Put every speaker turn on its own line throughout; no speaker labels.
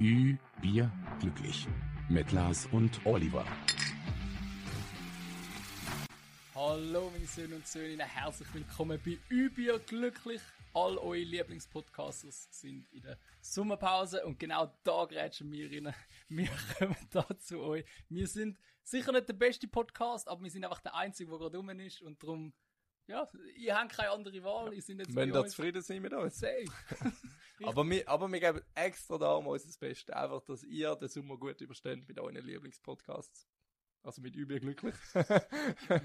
Ü, Bier, glücklich. Mit Lars und Oliver.
Hallo meine Söhne und Söhne, herzlich willkommen bei Übier Glücklich. All eure Lieblingspodcasters sind in der Sommerpause und genau da grätschen wir rein. Wir kommen da zu euch. Wir sind sicher nicht der beste Podcast, aber wir sind einfach der Einzige, der gerade rum ist und darum, ja, ihr habt keine andere Wahl, ihr seid jetzt
Wenn
bei
da
uns.
zufrieden sind mit uns.
Safe.
Aber wir, aber wir geben extra da um unser Bestes, einfach, dass ihr den Sommer gut übersteht mit euren Lieblingspodcasts. Also mit übel glücklich.
Ja,
In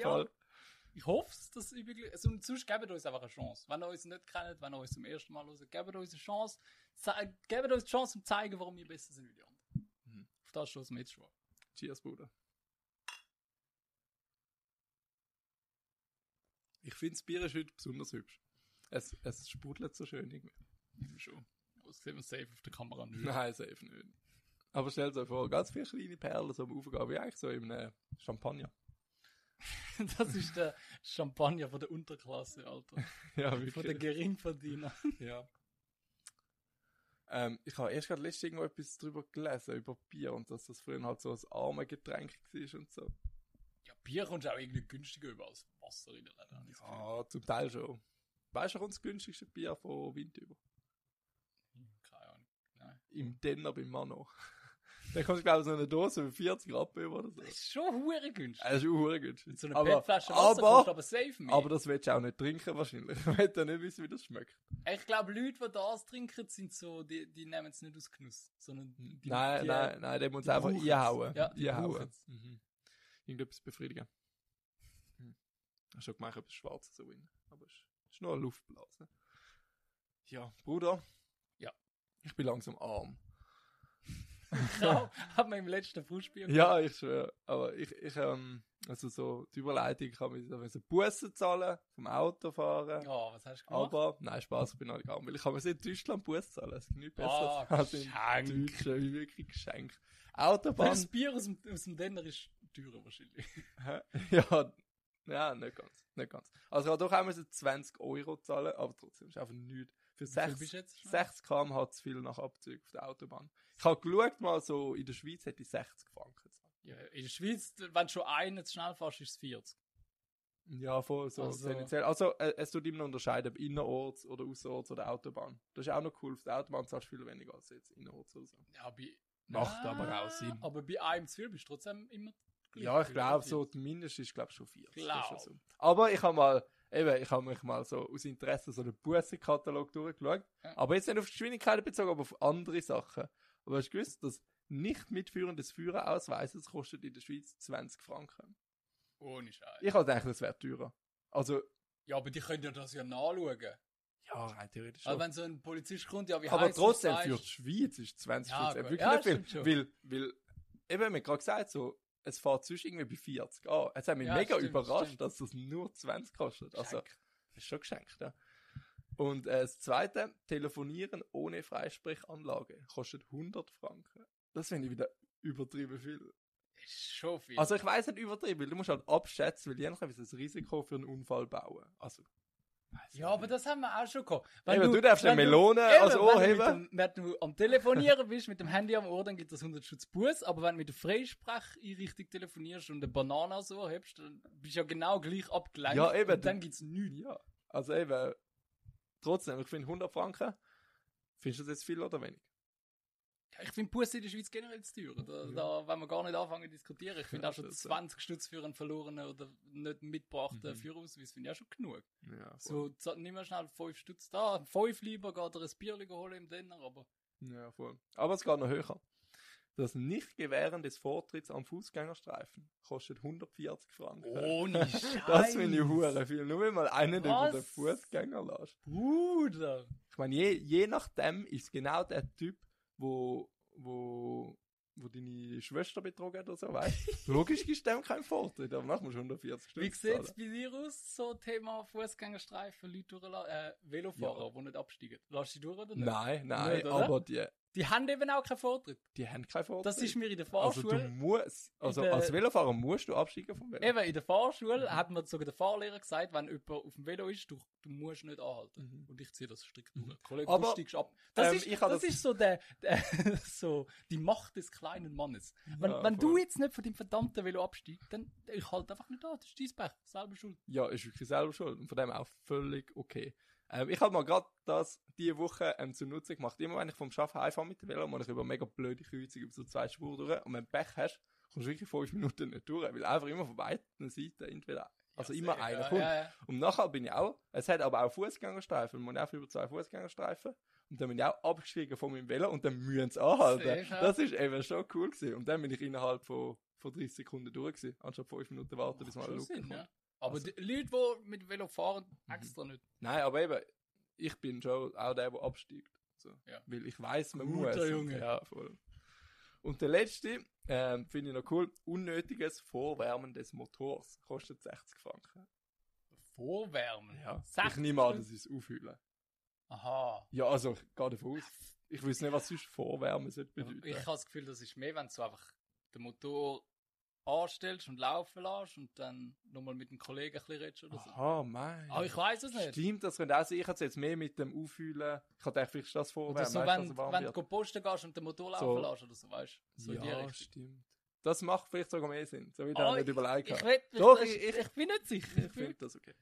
ja.
Fall.
Ich hoffe es, dass ihr wirklich, also, und sonst gebt uns einfach eine Chance. Wenn ihr uns nicht kennt, wenn ihr uns zum ersten Mal hört, gebt uns eine Chance, Zei- gebt uns die Chance, um zu zeigen, warum wir besser sind wie die anderen.
Mhm.
Auf das stoßen wir jetzt schon. an.
Cheers, Bruder. Ich finde das Bier ist heute besonders hübsch. Es, es sprudelt so schön irgendwie.
Immer schon. Aber Das sehen wir safe auf der Kamera nicht.
Nein, safe nicht. Aber stellt euch vor, ganz viele kleine Perlen so am Aufgang, wie eigentlich so in einem Champagner.
Das ist der Champagner von der Unterklasse, Alter.
Ja,
Von der Geringverdiener.
Ja. Ähm, ich habe erst gerade letztens irgendwo etwas drüber gelesen, über Bier und dass das früher halt so ein armes Getränk war und so.
Ja, Bier kommst du auch irgendwie günstiger über als Wasser in der Läden.
Ja, zum Teil schon. Weißt du, da kommt das günstigste Bier von Wind über?
Keine Ahnung. Nein.
Im Denner beim Mano. da kommst du, glaube ich, so eine Dose für 40 Rappen über oder so.
Das ist schon hure günstig.
Das ist auch gut.
Mit so einer
Also, aber,
PET-Flasche Wasser kostet
aber,
aber safe mehr.
aber das willst du auch nicht trinken wahrscheinlich. Ich will ja nicht wissen, wie das schmeckt.
Ich glaube, Leute, die das trinken, sind so, die, die nehmen es nicht aus Genuss, sondern Hm, die,
nein,
die,
nein, nein, der muss
die
einfach
brauchen's.
einhauen.
Ja, die
einhauen.
brauchen's.
Mhm. Irgendetwas befriedigen. Hm. Ich hab schon gemeint, etwas Schwarzes so rein. Aber es ist nur eine Luftblase. Ja, Bruder.
Ja.
Ich bin langsam arm.
Genau, hat man im letzten Fußspiel.
Ja, ich schwöre. Aber ich, ich, ähm, also so, die Überleitung kann man da müssen also Bussen zahlen, vom Auto fahren.
Ja, was hast du gemacht?
Aber, nein, Spaß, ich bin auch nicht arm, weil ich kann mir in Deutschland Bus zahlen. Es gibt nichts
Ah,
Besseres als in
Geschenk.
Deutschland. Wie wirklich Geschenk.
das
Autobahn.
Bier aus dem, aus dem Denner ist teurer wahrscheinlich.
Hä? Ja, ja, nicht ganz. Nicht ganz. Also ich habe doch auch müssen 20 Euro zahlen, aber trotzdem ist einfach nichts. Für
viel bist du
6,
jetzt schon?
6 km/h zu viel nach Abzug auf der Autobahn. Ich habe geschaut, mal so, in der Schweiz hätte ich 60 Franken gezahlt.
Ja, in der Schweiz, wenn du schon einen zu schnell fährst, ist es 40.
Ja, voll, so
Also-
tendenziell. Also äh, es tut immer noch unterscheiden, ob innerorts oder außerorts oder Autobahn. Das ist auch noch cool, auf der Autobahn zahlst du viel weniger als jetzt innerorts oder so.
Ja, bei,
Macht
Ah,
aber auch Sinn.
Aber bei einem zu viel bist du trotzdem immer gleich
Ja, ich
viel,
glaube,
oder?
so mindestens ist, glaube ich, schon 40.
Glaub.
Das ist schon so. Aber ich habe mal, eben, ich habe mich mal so aus Interesse so einen Bussenkatalog durchgeschaut.
Ja.
Aber jetzt nicht auf die Geschwindigkeit bezogen, aber auf andere Sachen. Aber hast du gewusst, dass nicht mitführendes Führerausweises kostet in der Schweiz 20 Franken?
Ohne Scheiß.
Ich habe gedacht, das wäre teurer. Also,
Ja, aber die können ja das ja nachschauen.
ja, rein theoretisch
Also
schon.
wenn so ein Polizist kommt, ja, wie
aber
heisst du,
trotzdem,
sagst-
für die Schweiz ist 20
Ja,
Franken
gut.
wirklich
Ja,
nicht
stimmt
viel.
schon.
Weil, weil, eben, wir haben gerade gesagt, so, es fährt sonst irgendwie bei 40 an. Jetzt hat mich
Ja,
mega
stimmt,
überrascht,
stimmt.
dass das nur 20 kostet. Also,
Geschenk.
Ist schon geschenkt, ja. Und äh, das zweite, telefonieren ohne Freisprechanlage, kostet 100 Franken. Das finde ich wieder übertrieben viel.
Ist schon viel.
Also ich weiß nicht übertrieben, weil du musst halt abschätzen, weil je nachdem ist das Risiko für einen Unfall bauen. Also, weiss
Ja,
ich
aber
nicht.
das haben wir auch schon gehabt.
Eben, du darfst eine Melone
eben,
ans Ohr
wenn du mit
heben.
dem- Wenn du am Telefonieren bist, mit dem Handy am Ohr, dann gibt das 100 Schutz Buß. Aber wenn du mit der Freisprecheinrichtung telefonierst und eine Banane ans Ohr hebst, dann bist du ja genau gleich abgelenkt.
Ja, eben,
Und dann
du-
gibt's nichts.
Ja, also eben, trotzdem, ich finde 100 Franken, findest du das jetzt viel oder wenig?
Ja, ich finde Busse in der Schweiz generell zu teuer. Da, da wenn wir gar nicht anfangen zu diskutieren. Ich finde
Ja,
auch schon
das ist so.
20 Stutz für einen verlorenen oder nicht mitgebrachten
Mhm.
Führerausweis finde ich auch schon genug.
Ja, voll.
So, za- nimm mal schnell 5 Stutz da. 5 lieber geht er ein Bier holen im Denner, aber...
Ja, voll. Aber es geht noch höher. Das Nichtgewähren des Vortritts am Fußgängerstreifen kostet 140 Franken.
Ohne Scheiß.
Das finde ich hure viel. Nur wenn mal einen über
Was?
den Fußgänger lässt.
Bruder.
Ich meine, je, je nachdem ist genau der Typ, wo, wo, wo deine Schwester betrogen hat oder so, weißt du? Logisch ist dem kein Vortritt, aber nachher musst du 140 Stunden
Wie sieht es bei dir aus, so Thema Fußgängerstreifen, Leute durchlassen, äh, Velofahrer,
Ja.
die nicht absteigen? Lass die durch oder nicht?
Nein, nein,
Nicht, oder?
aber die
Die haben eben auch keinen Vortritt.
Die haben keinen Vorteil.
Das ist mir in der
also
Fahrschule.
du musst, also
der-
als Velofahrer musst du Mhm. absteigen vom Velo.
Eben, in der Fahrschule hat mir sogar der Fahrlehrer gesagt, wenn jemand auf dem Velo ist, du, du musst nicht anhalten.
Mhm.
Und ich ziehe das strikt durch. Kollege,
Aber,
du steigst ab. Das,
ähm,
ist,
ich
das,
habe das-
ist so, der, der, so die Macht des kleinen Mannes. Wenn,
Ja,
wenn du
voll.
jetzt nicht von deinem verdammten Velo absteigst, dann ich halt einfach nicht an. Das ist dein Pech. Selber schuld.
Ja, ist wirklich selber schuld und von dem auch völlig okay. Ähm, ich habe mal gerade das diese Woche ähm, zum Nutzen gemacht. Immer wenn ich vom Schaffen heimfahre mit dem Velo, muss ich über mega blöde Kreuzungen über so zwei Spuren durch und wenn du Pech hast, kommst du wirklich fünf Minuten nicht durch, weil einfach immer von beiden Seiten entweder, also immer einer
ja,
kommt.
Ja, ja.
Und nachher bin ich auch, es hat aber auch Fußgängerstreifen, man auch über zwei Fußgängerstreifen. Und dann bin ich auch abgestiegen von meinem Velo und dann müssen sie anhalten.
Sehr schön.
Das ist eben schon cool gewesen. Und dann bin ich innerhalb von, von 30 Sekunden durch gewesen, anstatt 5 Minuten warten, bis
Macht
mal eine
schon
Lücke
Sinn,
kommt.
ja. Aber
Also- Mhm.
die Leute, die mit Velo fahren, extra nicht.
Nein, aber eben, ich bin schon auch der, der absteigt. So.
Ja.
Weil ich weiß, man
Guter
muss.
Junge.
Ja, voll. Und der letzte, ähm, finde ich noch cool, unnötiges Vorwärmen des Motors. Kostet 60 Franken.
Vorwärmen.
Ich nehme an, das ist Aufhüllen.
Aha.
Ja, also, ich gehe davon aus. Ich weiß nicht, was sonst Vorwärmen sollte bedeuten.
Ich habe das Gefühl, das ist mehr, wenn du einfach den Motor anstellst und laufen lässt und dann nochmal mit einem Kollegen ein bisschen redest oder so.
Aha, mein.
Aber Ah, ich weiß es nicht.
Stimmt, das könnte auch sein. Ich hätte es jetzt mehr mit dem Aufhüllen. Ich hatte eigentlich vielleicht ist das Vorwärmen.
Oder so,
weißt du,
wenn,
dass er warm
wenn du
wird.
posten gehst und den Motor laufen
So.
lässt oder so, weißt du? So in die
ja,
Richtung.
stimmt. Das macht vielleicht sogar mehr Sinn. So wie ich
Ah,
da nicht überlegt
Ich,
habe.
will,
Doch,
ich,
ich- ich-
ich bin nicht sicher.
Ich finde das okay.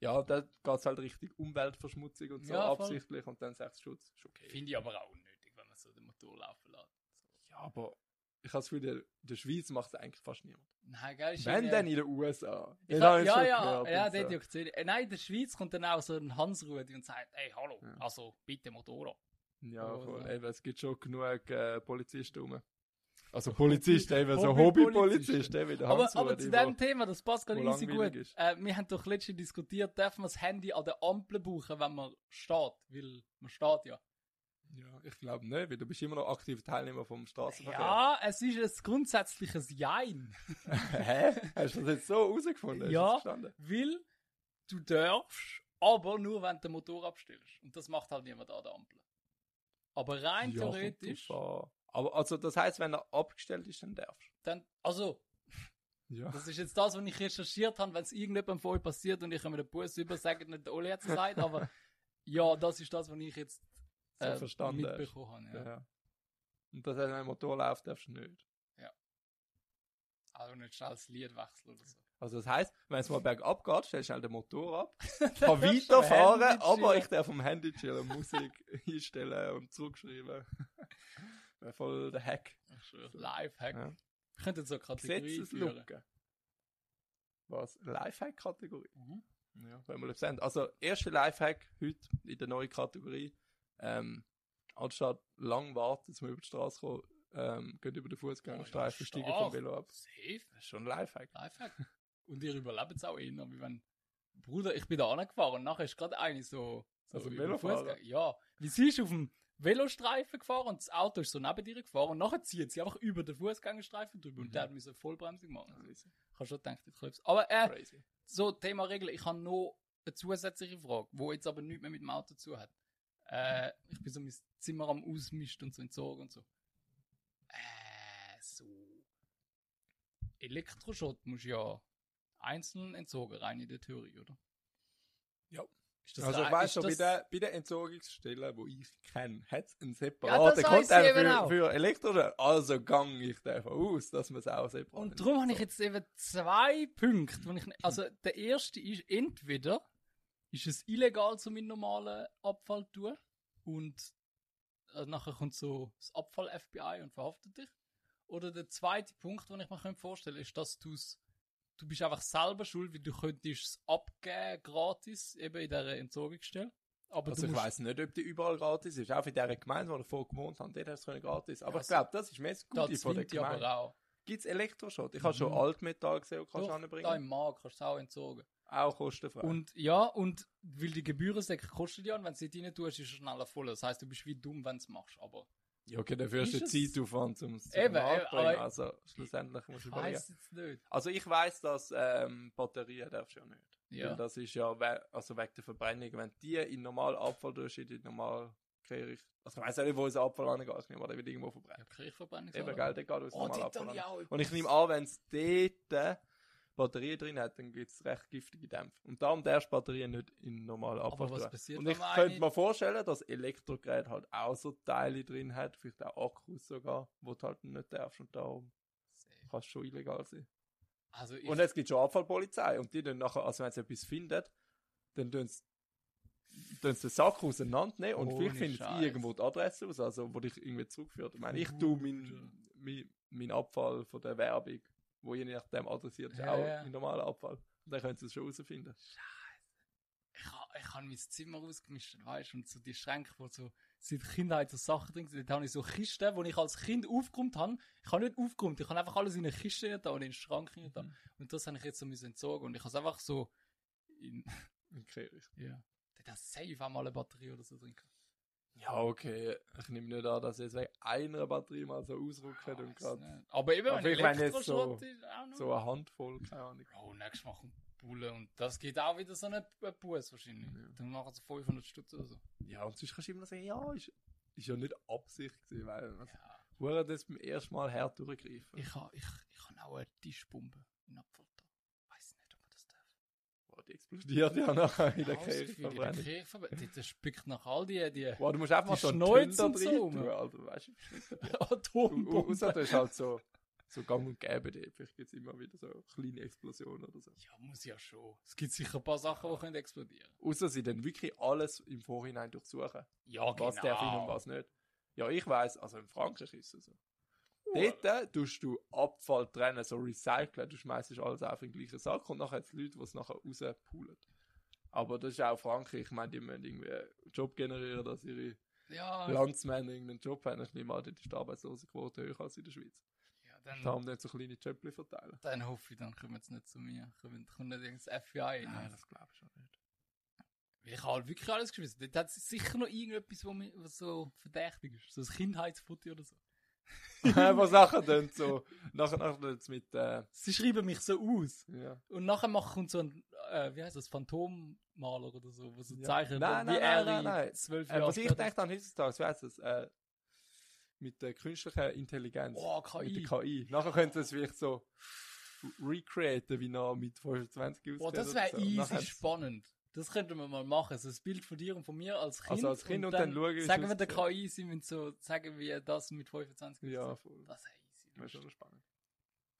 Ja, da geht es halt richtig Umweltverschmutzung und so
Ja, voll.
absichtlich und dann 60 Schutz. Ist okay.
Finde ich aber auch unnötig, wenn man so den Motor laufen lässt.
Ja, aber ich habe das Gefühl, der- in der Schweiz macht es eigentlich fast niemand.
Nein, gell? ist
Wenn
irgendwie-
dann in den USA.
Ich
Den
ha,
habe ich
ja,
schon
ja,
gehört
ja,
und
der
so.
hat ja gesehen. Äh, Nein, in der Schweiz kommt dann auch so ein Hans-Rudi und sagt, ey, hallo,
Ja.
also bitte Motor ab.
Ja,
Oh,
voll.
ja.
Eben, es gibt schon genug äh, Polizisten rum. Also Polizisten, eben so Hobbypolizisten, wie der
Aber,
Hans
aber
Rudi,
zu
der-
dem Thema, das passt gerade
wo
easy gut.
langweilig ist.
Äh, wir haben doch letztens diskutiert, darf man das Handy an der Ampel brauchen, wenn man steht? Weil man steht ja.
Ja, ich glaube nicht, weil du bist immer noch aktiver Teilnehmer vom Straßenverkehr.
Ja, es ist ein grundsätzliches Jein.
Hä? Hast du das jetzt so rausgefunden?
Ja.
Ist das verstanden?
Weil du darfst, aber nur wenn du den Motor abstellst. Und das macht halt niemand an der Ampel. Aber rein
Ja, kommt
theoretisch,
drauf an. Aber also, das heisst, wenn er abgestellt ist, dann darfst
dann, also
du. Ja.
Das ist jetzt das, was ich recherchiert habe, wenn es irgendjemandem von euch passiert und ich mir den Bus über, sagt nicht, der Oli hat es gesagt, aber ja, das ist das, was ich jetzt
So
äh,
verstanden hast.
mitbekommen habe.
Ja.
Ja.
Und das heißt, wenn ein Motor läuft, darfst du nicht.
Also nicht schnell das Lied wechseln oder so.
Also das heißt, wenn es mal bergab geht, stellst du halt den Motor ab,
Dann
kann
darfst du am
weiterfahren,
Handy
aber
chillen.
ich darf vom Handy chillen, Musik einstellen und zurückschreiben. Wäre voll der Hack.
Ach, schön. Lifehack.
Ja.
Wir könnten so eine Kategorie führen.
Gesetzeslücke. Was? Lifehack-Kategorie?
Mhm.
Ja, wenn wir das sehen. Also, erster Lifehack heute in der neuen Kategorie. Ähm, anstatt lang warten, dass wir über die Straße kommen, ähm, geht über den Fußgängerstreifen,
Oh, ja,
steigen vom
stark.
Velo ab.
Safe.
Das ist schon ein Lifehack.
Lifehack. Und ihr überlebt es auch eh noch, wie wenn, Bruder, ich bin da angefahren und nachher ist gerade eine so, so
Also
über den
Velofahrer?
Fußgänger- Ja, wie sie ist auf dem Velostreifen gefahren und das Auto ist so neben dir gefahren und nachher zieht sie einfach über den Fußgängerstreifen drüber
Mhm.
und der hat mir so eine Vollbremsung gemacht. Also,
Crazy.
ich habe schon gedacht, ich kleb's. Aber äh,
Crazy.
so Thema Regeln, ich habe noch eine zusätzliche Frage, wo jetzt aber nichts mehr mit dem Auto zu hat. Äh, ich bin so mein Zimmer am Ausmisten und so entsorgen und so. Äh, so. Elektroschrott musst du ja einzeln entsorgen, rein in der Theorie, oder?
Ja.
Ist das
Also, ich
rein-
weiss
ist
schon, bei
das-
den, bei den Entsorgungsstellen, die ich kenne, hat es einen
Ja,
separaten
das weiss ich
Container
eben
für,
auch.
für Elektroschrott. Also, gang ich davon aus, dass man es auch separat
Und
entsorgt.
darum habe ich jetzt eben zwei Punkte, wo ich nicht, also der erste ist entweder ist es illegal zu meinem normalen Abfall zu tun und äh, nachher kommt so das Abfall FBI und verhaftet dich. Oder der zweite Punkt, den ich mir könnte vorstellen ist, dass du es du bist einfach selber schuld, weil du könntest es abgeben gratis eben in dieser Entsorgungsstelle. Aber
Also
du
ich
musst-
weiss nicht, ob die überall gratis ist. Auch in dieser Gemeinde, wo ich vorher gewohnt habe, dort hast du es gratis. Aber
Ja,
ich glaube, das ist mehr das
da
Gute von der
zwingt die
Gemeinde.
aber auch.
Gibt es Elektroschrott? Ich habe schon
Mhm.
Altmetall gesehen, und kannst du
Doch, da
anbringen.
im Markt kannst du es auch entsorgen.
Auch kostenfrei.
Und ja, und weil die Gebührensäcke kosten ja und wenn du sie rein tust, ist es schneller voll. Das heißt, du bist wie dumm, wenn du es machst. Aber
ja, okay, dafür ist
Ist
der
es-
Zeitaufwand, um es zu
Eben, eben,
nachbringen.
aber-
Also schlussendlich musst du
ich
überlegen.
weiß jetzt nicht.
Also ich weiss, dass ähm, Batterien darfst du ja nicht.
Ja.
Weil das ist ja we also wegen der Verbrennung. Wenn die in normal Abfall tust, in die normal kehre ich. Also ich weiß auch nicht, wo unser Abfall angeht. Ich nehme an, der wird irgendwo verbrennen.
Ja, Kirchverbrennung.
Eben, gell, der geht uns
Oh,
normal
dort
Abfall
habe ich
an.
auch.
Und ich nehme an, wenn es dort Batterien drin hat, dann gibt es recht giftige Dämpfe. Und darum darfst du Batterien nicht in normalen Abfall
was
tun.
passiert,
Und
wenn
ich
man
könnte
eine-
mir vorstellen, dass Elektrogerät halt auch so Teile drin hat, vielleicht auch Akkus sogar, wo du halt nicht darfst und darum
Safe.
kann es schon illegal sein.
Also ich,
Und es gibt schon Abfallpolizei und die dann nachher, also wenn sie etwas finden, dann tun sie tun sie den Sack auseinandernehmen und
Ohne
vielleicht findet
Scheiß.
sie irgendwo die Adresse aus, also wo dich irgendwie zurückführt. Ich meine, ich tue meinen mein, mein Abfall von der Werbung, wo je nachdem adressiert ist,
Ja,
auch
ja.
in normalen Abfall. Und dann können sie es schon herausfinden.
ich, ha- ich habe mein Zimmer ausgemischt, weißt du, und so die Schränke, wo so seit Kindheit so Sachen drin sind, da habe ich so Kisten, wo ich als Kind aufgeräumt habe. Ich habe nicht aufgeräumt, ich habe einfach alles in eine Kiste rein da und in den Schrank rein
Mhm.
da. Und das habe ich jetzt so müssen entsorgen und ich habe es einfach so in,
Okay.
ja, da hat safe einmal eine Batterie oder so drin. gehabt.
Ja, okay. Ich nehme nicht an, dass jetzt wegen einer Batterie mal so ausruckelt und
Weiss
gerade
nicht. ne? Aber eben,
Aber
wenn
ich meine jetzt
Elektroschrott
so-
ist, auch noch.
so eine Handvoll, keine Ahnung.
Bro, nächstes Mal kommt Bulle und das geht auch wieder so einen Bus wahrscheinlich.
Ja.
Dann machen sie 500 Stutz oder so.
Ja, und sonst kannst du immer noch sagen, ja, ist, ist ja nicht Absicht gewesen, weil... Also,
Ja.
Hure das beim ersten Mal hart durchgreifen.
Ich habe ich, ich hab auch eine Tischbombe in Abfall da. Weiß nicht, ob man das darf.
Boah, die explodiert ja nachher in der
Ja, das Gefühl, in der
Kirchenverbrennung.
Kirchenverbrennung. Das spickt nach all die, die
Boah, du musst einfach mal
Die
so einen
schneuzen
Tünder
und so
drin
rum.
tun, Alter, weißt du? Und- und- Außer
Atombomben.
das ist halt so, so gang und gäbe dort. Vielleicht gibt es immer wieder so kleine Explosionen oder so.
Ja, muss ja schon. Es gibt sicher ein paar Sachen, die können explodieren.
Außer sie dann wirklich alles im Vorhinein durchsuchen.
Ja, genau.
Was darf ich und was nicht. Ja, ich weiß, also in Frankreich ist es so.
Ja.
Dort äh, tust du Abfall trennen, so recyceln, du schmeißt alles auf den gleichen Sack und nachher hat es Leute, die es nachher rauspulen. Aber das ist auch Frankreich, ich meine, die müssen irgendwie einen Job generieren, dass ihre
Ja, ja
Landsmänner irgendeinen Job haben. Ich nehme an, dort ist die Arbeitslosenquote höher als in der Schweiz.
dann,
Da haben die nicht so kleine Jobs verteilen.
dann hoffe ich, dann kommen jetzt nicht zu mir. Kommen, kommt nicht irgendein FBI rein.
glaube ich schon nicht.
Weil ich habe halt wirklich alles geschmissen. Dort hat es sicher noch irgendetwas, wo mir, was so verdächtig ist. So ein Kindheitsfoto oder so.
Was nachher dann so, nachher, nachher dann mit, äh,
Sie schreiben mich so aus.
ja.
Und nachher macht, kommt so ein, äh, wie heißt das, Phantommaler oder so, wo so
Ja.
zeichnet,
Nein,
wie
nein,
er
nein, nein,
in
nein.
zwölf
Äh,
Jahren
was ich
später-
denke an heutzutage, weißt du, es, äh, mit der künstlichen Intelligenz.
Oh,
Mit
KI.
der KI. Nachher können sie es vielleicht so recreaten, wie noch mit 25
Boah, Oh, das
oder
wäre
so. Und nachher
easy
hat's-
spannend. Das könnten wir mal machen. So ein Bild von dir und von mir als Kind.
Also als Kind und dann schauen, wie es
Sagen wir der
aussieht.
KI, sie müssen so sagen, wie das mit 25
Ja,
aussieht.
voll.
Das
Das wäre
ist easy.
schon spannend.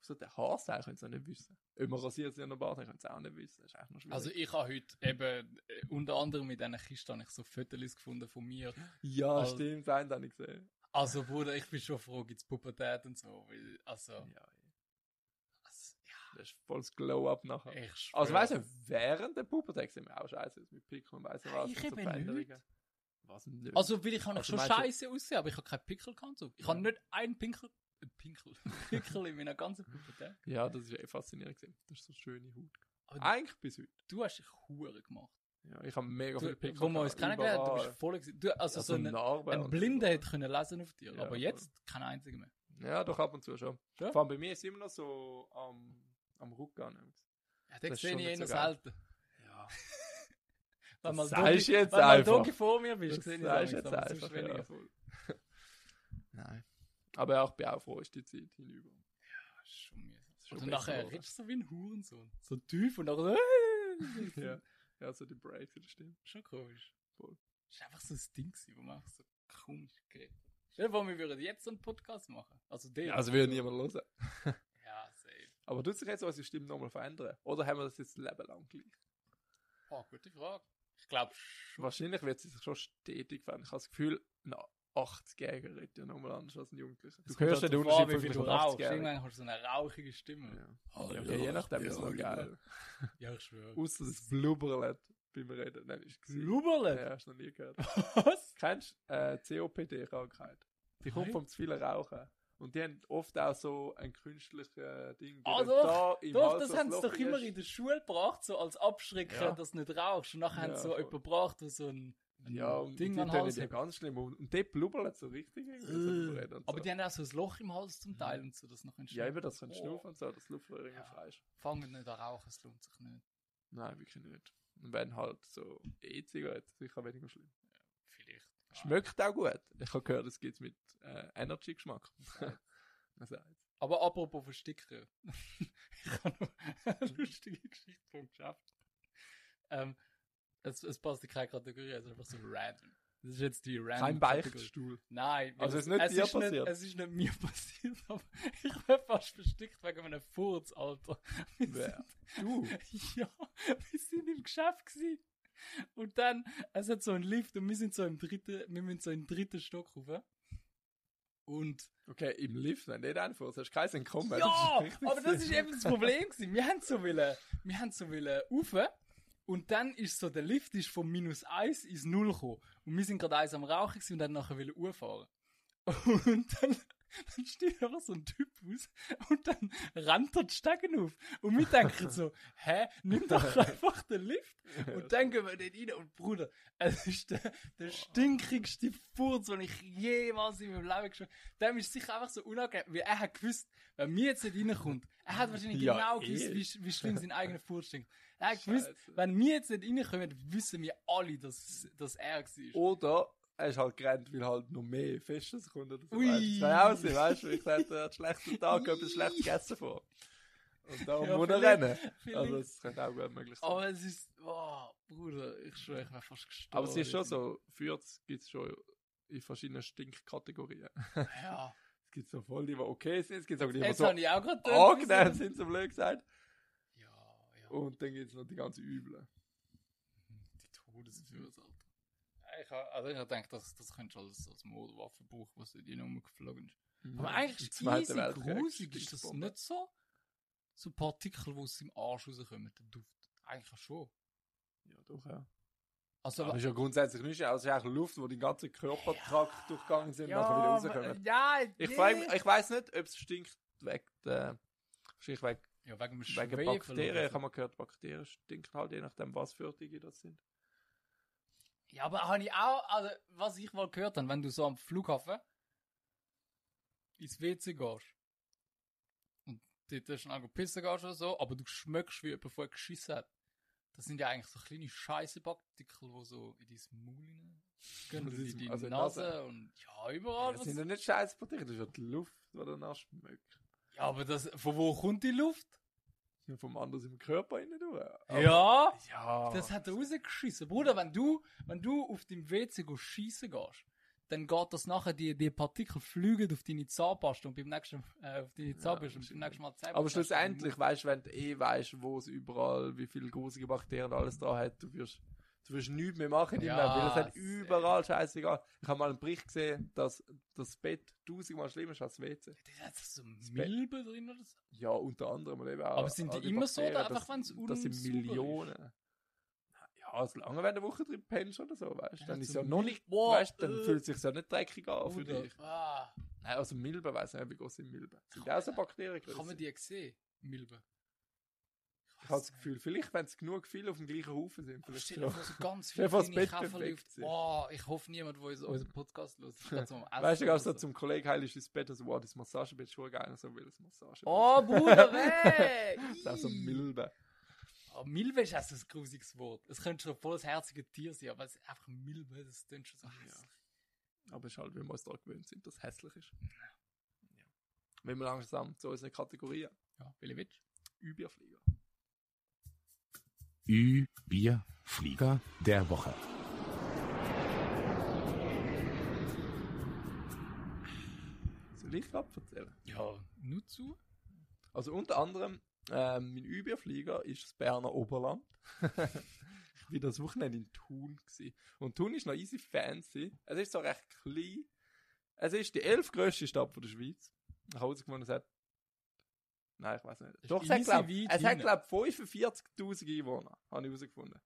So der Haarstyle können sie auch nicht wissen. Ob man rasiert sie an der Bart, können sie auch nicht wissen. Das ist echt noch schwierig.
Also ich habe heute eben, äh, unter anderem mit einer Kiste, habe ich so Fotos gefunden von mir.
ja,
also-
stimmt, einen habe ich gesehen.
Also, Bruder, ich bin schon froh, gibt's Pubertät und so, weil, also,
Ja,
also ja,
das ist voll das Glow-Up nachher.
ich schwör.
Also weißt du, während der Pubertät sind wir auch scheiße mit Pickel und weiss nicht
Nein,
was.
ich
und so
eben
Veränderungen.
nicht.
Was nicht?
Also, weil ich habe
Also
schon
meinst du-
scheiße aussehen, aber ich habe keinen Pickel gehabt. So. Ich habe nicht einen Pinkel, äh, Pinkel, Pickel in meiner ganzen Pubertät.
ja, das ist eh faszinierend gewesen. Das ist so schöne Haut.
Aber
Eigentlich bis heute.
du hast dich Hure gemacht.
Ja, ich habe mega
Du,
viele Pickel.
wo wir uns kennengelernt haben, du bist
bist
voll gewesen. du, also, so ein,
Narben und
ein
so.
Blinder hätte können lesen auf dir,
Ja,
aber
voll.
jetzt kein einziger mehr.
Ja, doch ab und zu schon.
Ja.
Vor allem bei mir ist immer noch so am, am Rücken.
Ja, den
Das ist
sehe
schon
ich
nicht
eher
so geil.
selten.
Ja.
Wenn
Das
mal
sagst
Dogi-
du jetzt
wenn mal
einfach.
Dogi vor mir bist,
Das
sehe ich
sagst
es
du
jetzt
jetzt
aber sonst
einfach.
weniger.
Ja, voll. Nein. Aber ja, ich bin auch froh, ist die Zeit hinüber.
Das ist schon mühsam.
Ist Ah, schon
Und
besser
nachher
geworden.
redest du so wie ein Hurensohn. So äh, tief und nachher so.
ja. ja, so die Breaks, das stimmt.
Schon komisch.
Voll.
Das ist einfach so ein Ding, gewesen, wo man einfach so komisch geredet hat. Stell dir vor, wir würden jetzt so einen Podcast machen. Also den.
Ja, also würde niemand hören.
Ja, safe.
Aber tut sich jetzt unsere Stimme nochmal verändern? Oder haben wir das jetzt Leben lang gleich?
Oh, gute Frage. Ich glaube schon.
Wahrscheinlich wird sie sich schon stetig verändern. Ich habe das Gefühl, ein 80-Jähriger redet ja nochmal anders als ein Jugendlicher. Du
Es kommt
hörst ja
halt
den
drauf an,
Unterschied
wie viel
von
du
einem
rauchst.
80-Jährigen.
Irgendwann hast du so eine rauchige Stimme.
Ja. Ja, je nachdem ist es noch geil.
Ja, ich schwöre.
Außer das Blubberlet beim Reden. Nein, ist gesehen.
Blubberle.
Ja, hast du noch nie gehört.
Was?
Kennst du äh, COPD-Krankheit? Die kommt
Nein.
vom zu viel Rauchen. Und die haben oft auch so ein künstliches äh, Ding.
Ah,
dann
doch,
im
Doch,
Hals
das
so ein
haben sie doch
Loch
immer
ist.
in der Schule gebracht, so als Abschrecken,
Ja.
dass du nicht rauchst. Und nachher haben
Ja,
sie so
voll.
jemanden gebracht, der so ein ein
Ja, und
Ding
die
an den
tun
Hals
ja
hat. Äh,
ganz schlimm. Und, und die blubbern so richtig. irgendwie so beim Reden und
Aber
so.
die haben auch so ein Loch im Hals zum Teil und so, dass noch ein
Ja, eben, das kannst du
Oh.
schnaufen und so, das Luftröhrchen
Ja.
frei ist.
Fangen nicht an rauchen, es lohnt sich nicht. Ah.
Nein, wirklich nicht. Und wenn halt so E-Zigaretten, sicher weniger schlimm.
Vielleicht.
Schmeckt auch gut. Ich habe gehört, es gibt mit äh, Energy-Geschmack. also,
Aber apropos versticken. ich habe noch eine lustige Geschichte vom Geschäft. Ähm, es, es passt in keine Kategorie, es ist einfach so random. Das ist jetzt die random
kein
Kategorie.
Beichtstuhl.
Nein, weil
Also es ist nicht dir
Nicht,
passiert?
es ist nicht mir passiert, aber ich bin fast verstickt wegen einem Furz, Alter. Wir
Wer?
Du? Ja, wir sind im Geschäft gewesen. Und dann, es hat so einen Lift und wir sind so im dritten, wir müssen so im dritten Stock rauf. Und
Okay, im Lift, wenn nicht einfach, sonst hast du keinen Entkommen.
ja,
richtig
aber das ist
sick.
eben das Problem gewesen. Wir haben so wollen, wir haben so wollen rauf. Und dann ist so, der Lift ist von minus 1 ins Null gekommen. Und wir sind gerade eins am Rauchen gewesen und dann nachher wollen rauffahren. Und dann, dann steht einfach so ein Typ aus und dann rennt er die Stegen auf. Und wir denken so, hä, nimm doch einfach den Lift. Und dann gehen wir dort rein und Bruder, es ist der, der stinkigste Furz, den ich jemals in meinem Leben geschaut habe. Dem ist sicher einfach so unangenehm, weil er hat gewusst, wenn mir jetzt nicht reinkommt, er hat wahrscheinlich
Ja,
genau
eh.
gewusst, wie, sch- wie schlimm sein eigener Furz stinkt. Er hat gewusst,
Scheiße.
wenn wir jetzt nicht reinkommen, wissen wir alle, dass, dass er
Oh,
war.
Oder er ist halt gerannt, weil halt noch mehr Fische kommen oder so.
Ui.
Weißt du, zwei Hause, weißt du, ich sagte, er hat einen schlechten Tag, etwas schlecht gegessen vor. Und darum
Ja,
muss er
vielleicht-
rennen. Also,
vielleicht.
das könnte auch gut möglich sein.
Aber es ist, oh, Bruder, ich schwöre, ich wäre fast gestorben.
Aber es ist schon so, Fürz gibt es schon in verschiedenen Stinkkategorien.
Ja.
Es gibt so voll, die die okay sind, es gibt auch die, die
Jetzt
so
habe ich auch gerade
angenehm sind, so blöd gesagt.
Ja, ja.
Und dann gibt es noch die ganzen Üblen.
Die Todesfürsorge. Ich habe also ich hab gedacht, das, das könntest du alles als Modewaffe brauchen, was in die Nummer geflogen ist. Aber eigentlich ist
Zweiten
easy
Mhm. Weltkrieg
grusig, ist das
Stinkbombe.
nicht so? So Partikel, die aus dem Arsch rauskommen, der Duft. Eigentlich schon.
Ja, doch, ja.
Also,
Aber es ist ja grundsätzlich nicht, also es ist eigentlich Luft, wo die ganzen Körpertrakt durchgegangen sind, und nachher wieder rauskommen.
aber- Ja,
Ich,
nee.
frag mich, ich weiß nicht, ob es stinkt wegen der. Wahrscheinlich wegen,
Ja, wegen dem
wegen
Schwefel.
Bakterien.
oder
Ich
so.
habe mal gehört, Bakterien stinken halt, je nachdem, was für Dinge das sind.
Ja, aber habe ich auch, also, was ich mal gehört habe, wenn du so am Flughafen ins WC gehst und dort schnell pissen gehst oder so, aber du schmeckst, wie jemand vorher geschissen hat. Das sind ja eigentlich so kleine Scheiße-Partikel, die so in dein Maul hinein gehen,
Das
und in
ist-
deine
also in die
Nase,
Nase.
und ja, überall.
das
was-
sind ja nicht scheiß Bakterien, das ist ja die Luft, die danach schmeckt.
Ja, aber das, von wo kommt die Luft?
Ja, vom anderen im Körper rein durch. Aber-
ja!
Ja.
Das hat er rausgeschissen. Bruder, wenn du, wenn du auf dem WC go schiessen gehst, dann geht das nachher, die, die Partikel fliegen auf deine Zahnpasta und beim nächsten, äh, auf deine Zahnbürste und beim
wahrscheinlich.
nächsten Mal Zahnpasta.
aber schlussendlich, weißt du, wenn du eh weißt, wo es überall, wie viele grusige Bakterien alles da hat, du wirst, du wirst nichts mehr machen in deinem
Ja,
Leben, weil es hat
sehr.
überall scheißegal. Ich habe mal einen Bericht gesehen, dass das Bett tausendmal schlimmer ist als das WC.
Das hat so Milben drin oder so.
Ja, unter anderem. Aber, eben auch,
Aber sind die
all
immer so oder
Bakterien,
einfach,
das-
wenn's
Das sind
unsauber ist?
Millionen. Ja, solange wenn du eine Woche drin pennst oder so, weißt du,
Dann
dann
hat's
ist
so
ja noch nicht,
Boah,
weißt du,
äh.
dann fühlt es sich ja nicht dreckig an für
Bruder,
dich.
ah,
Nein, also Milben, weiss nicht, wie groß sind Milben. Sind die
Kann
auch so Bakterien
kann man
groß?
die sehen? Milben.
Ich habe das Gefühl, vielleicht, wenn es genug viele auf dem gleichen Haufen sind,
Aber
vielleicht
stell dir vor,
schon.
so ganz
Stell
viele
dir vor, das
kleine
Bett
Käferli auf.
bewegt sich.
Oh, ich hoffe, niemand, der uns- unseren Podcast hört, ist gerade so am Essen.
Weißt du, du gehst
oder
so zum Kollegen heilig ins Bett und so, wow, das Massagebett ist schon geil, so will das Massage.
Oh, Bruder, weg!
Das ist auch so Milben.
Oh, Milbe ist auch so ein grusiges Wort. Es könnte schon voll das herzige Tier sein, aber es ist einfach Milbe, das klingt schon so hässlich.
Aber es ist halt, wenn wir uns daran gewöhnt sind, dass es hässlich ist. Ja. Wenn wir langsam zu unseren Kategorien
Ja, Willi Witsch.
Überflieger.
Ü, Bier, Flieger der Woche.
Soll ich gerade erzählen?
Ja, nur zu.
Also unter anderem, ähm, mein Überflieger ist das Berner Oberland. ich bin das Wochenende in Thun gewesen. Und Thun ist noch easy fancy. Es ist so recht klein. Es ist die elfgrößte Stadt von der Schweiz. Ich habe herausgefunden, es hat... Nein, ich weiß nicht.
Ist
Doch, es
easy
hat, glaube
weit
es hat,
hinten.
glaub, 45'000 Einwohner, habe ich herausgefunden.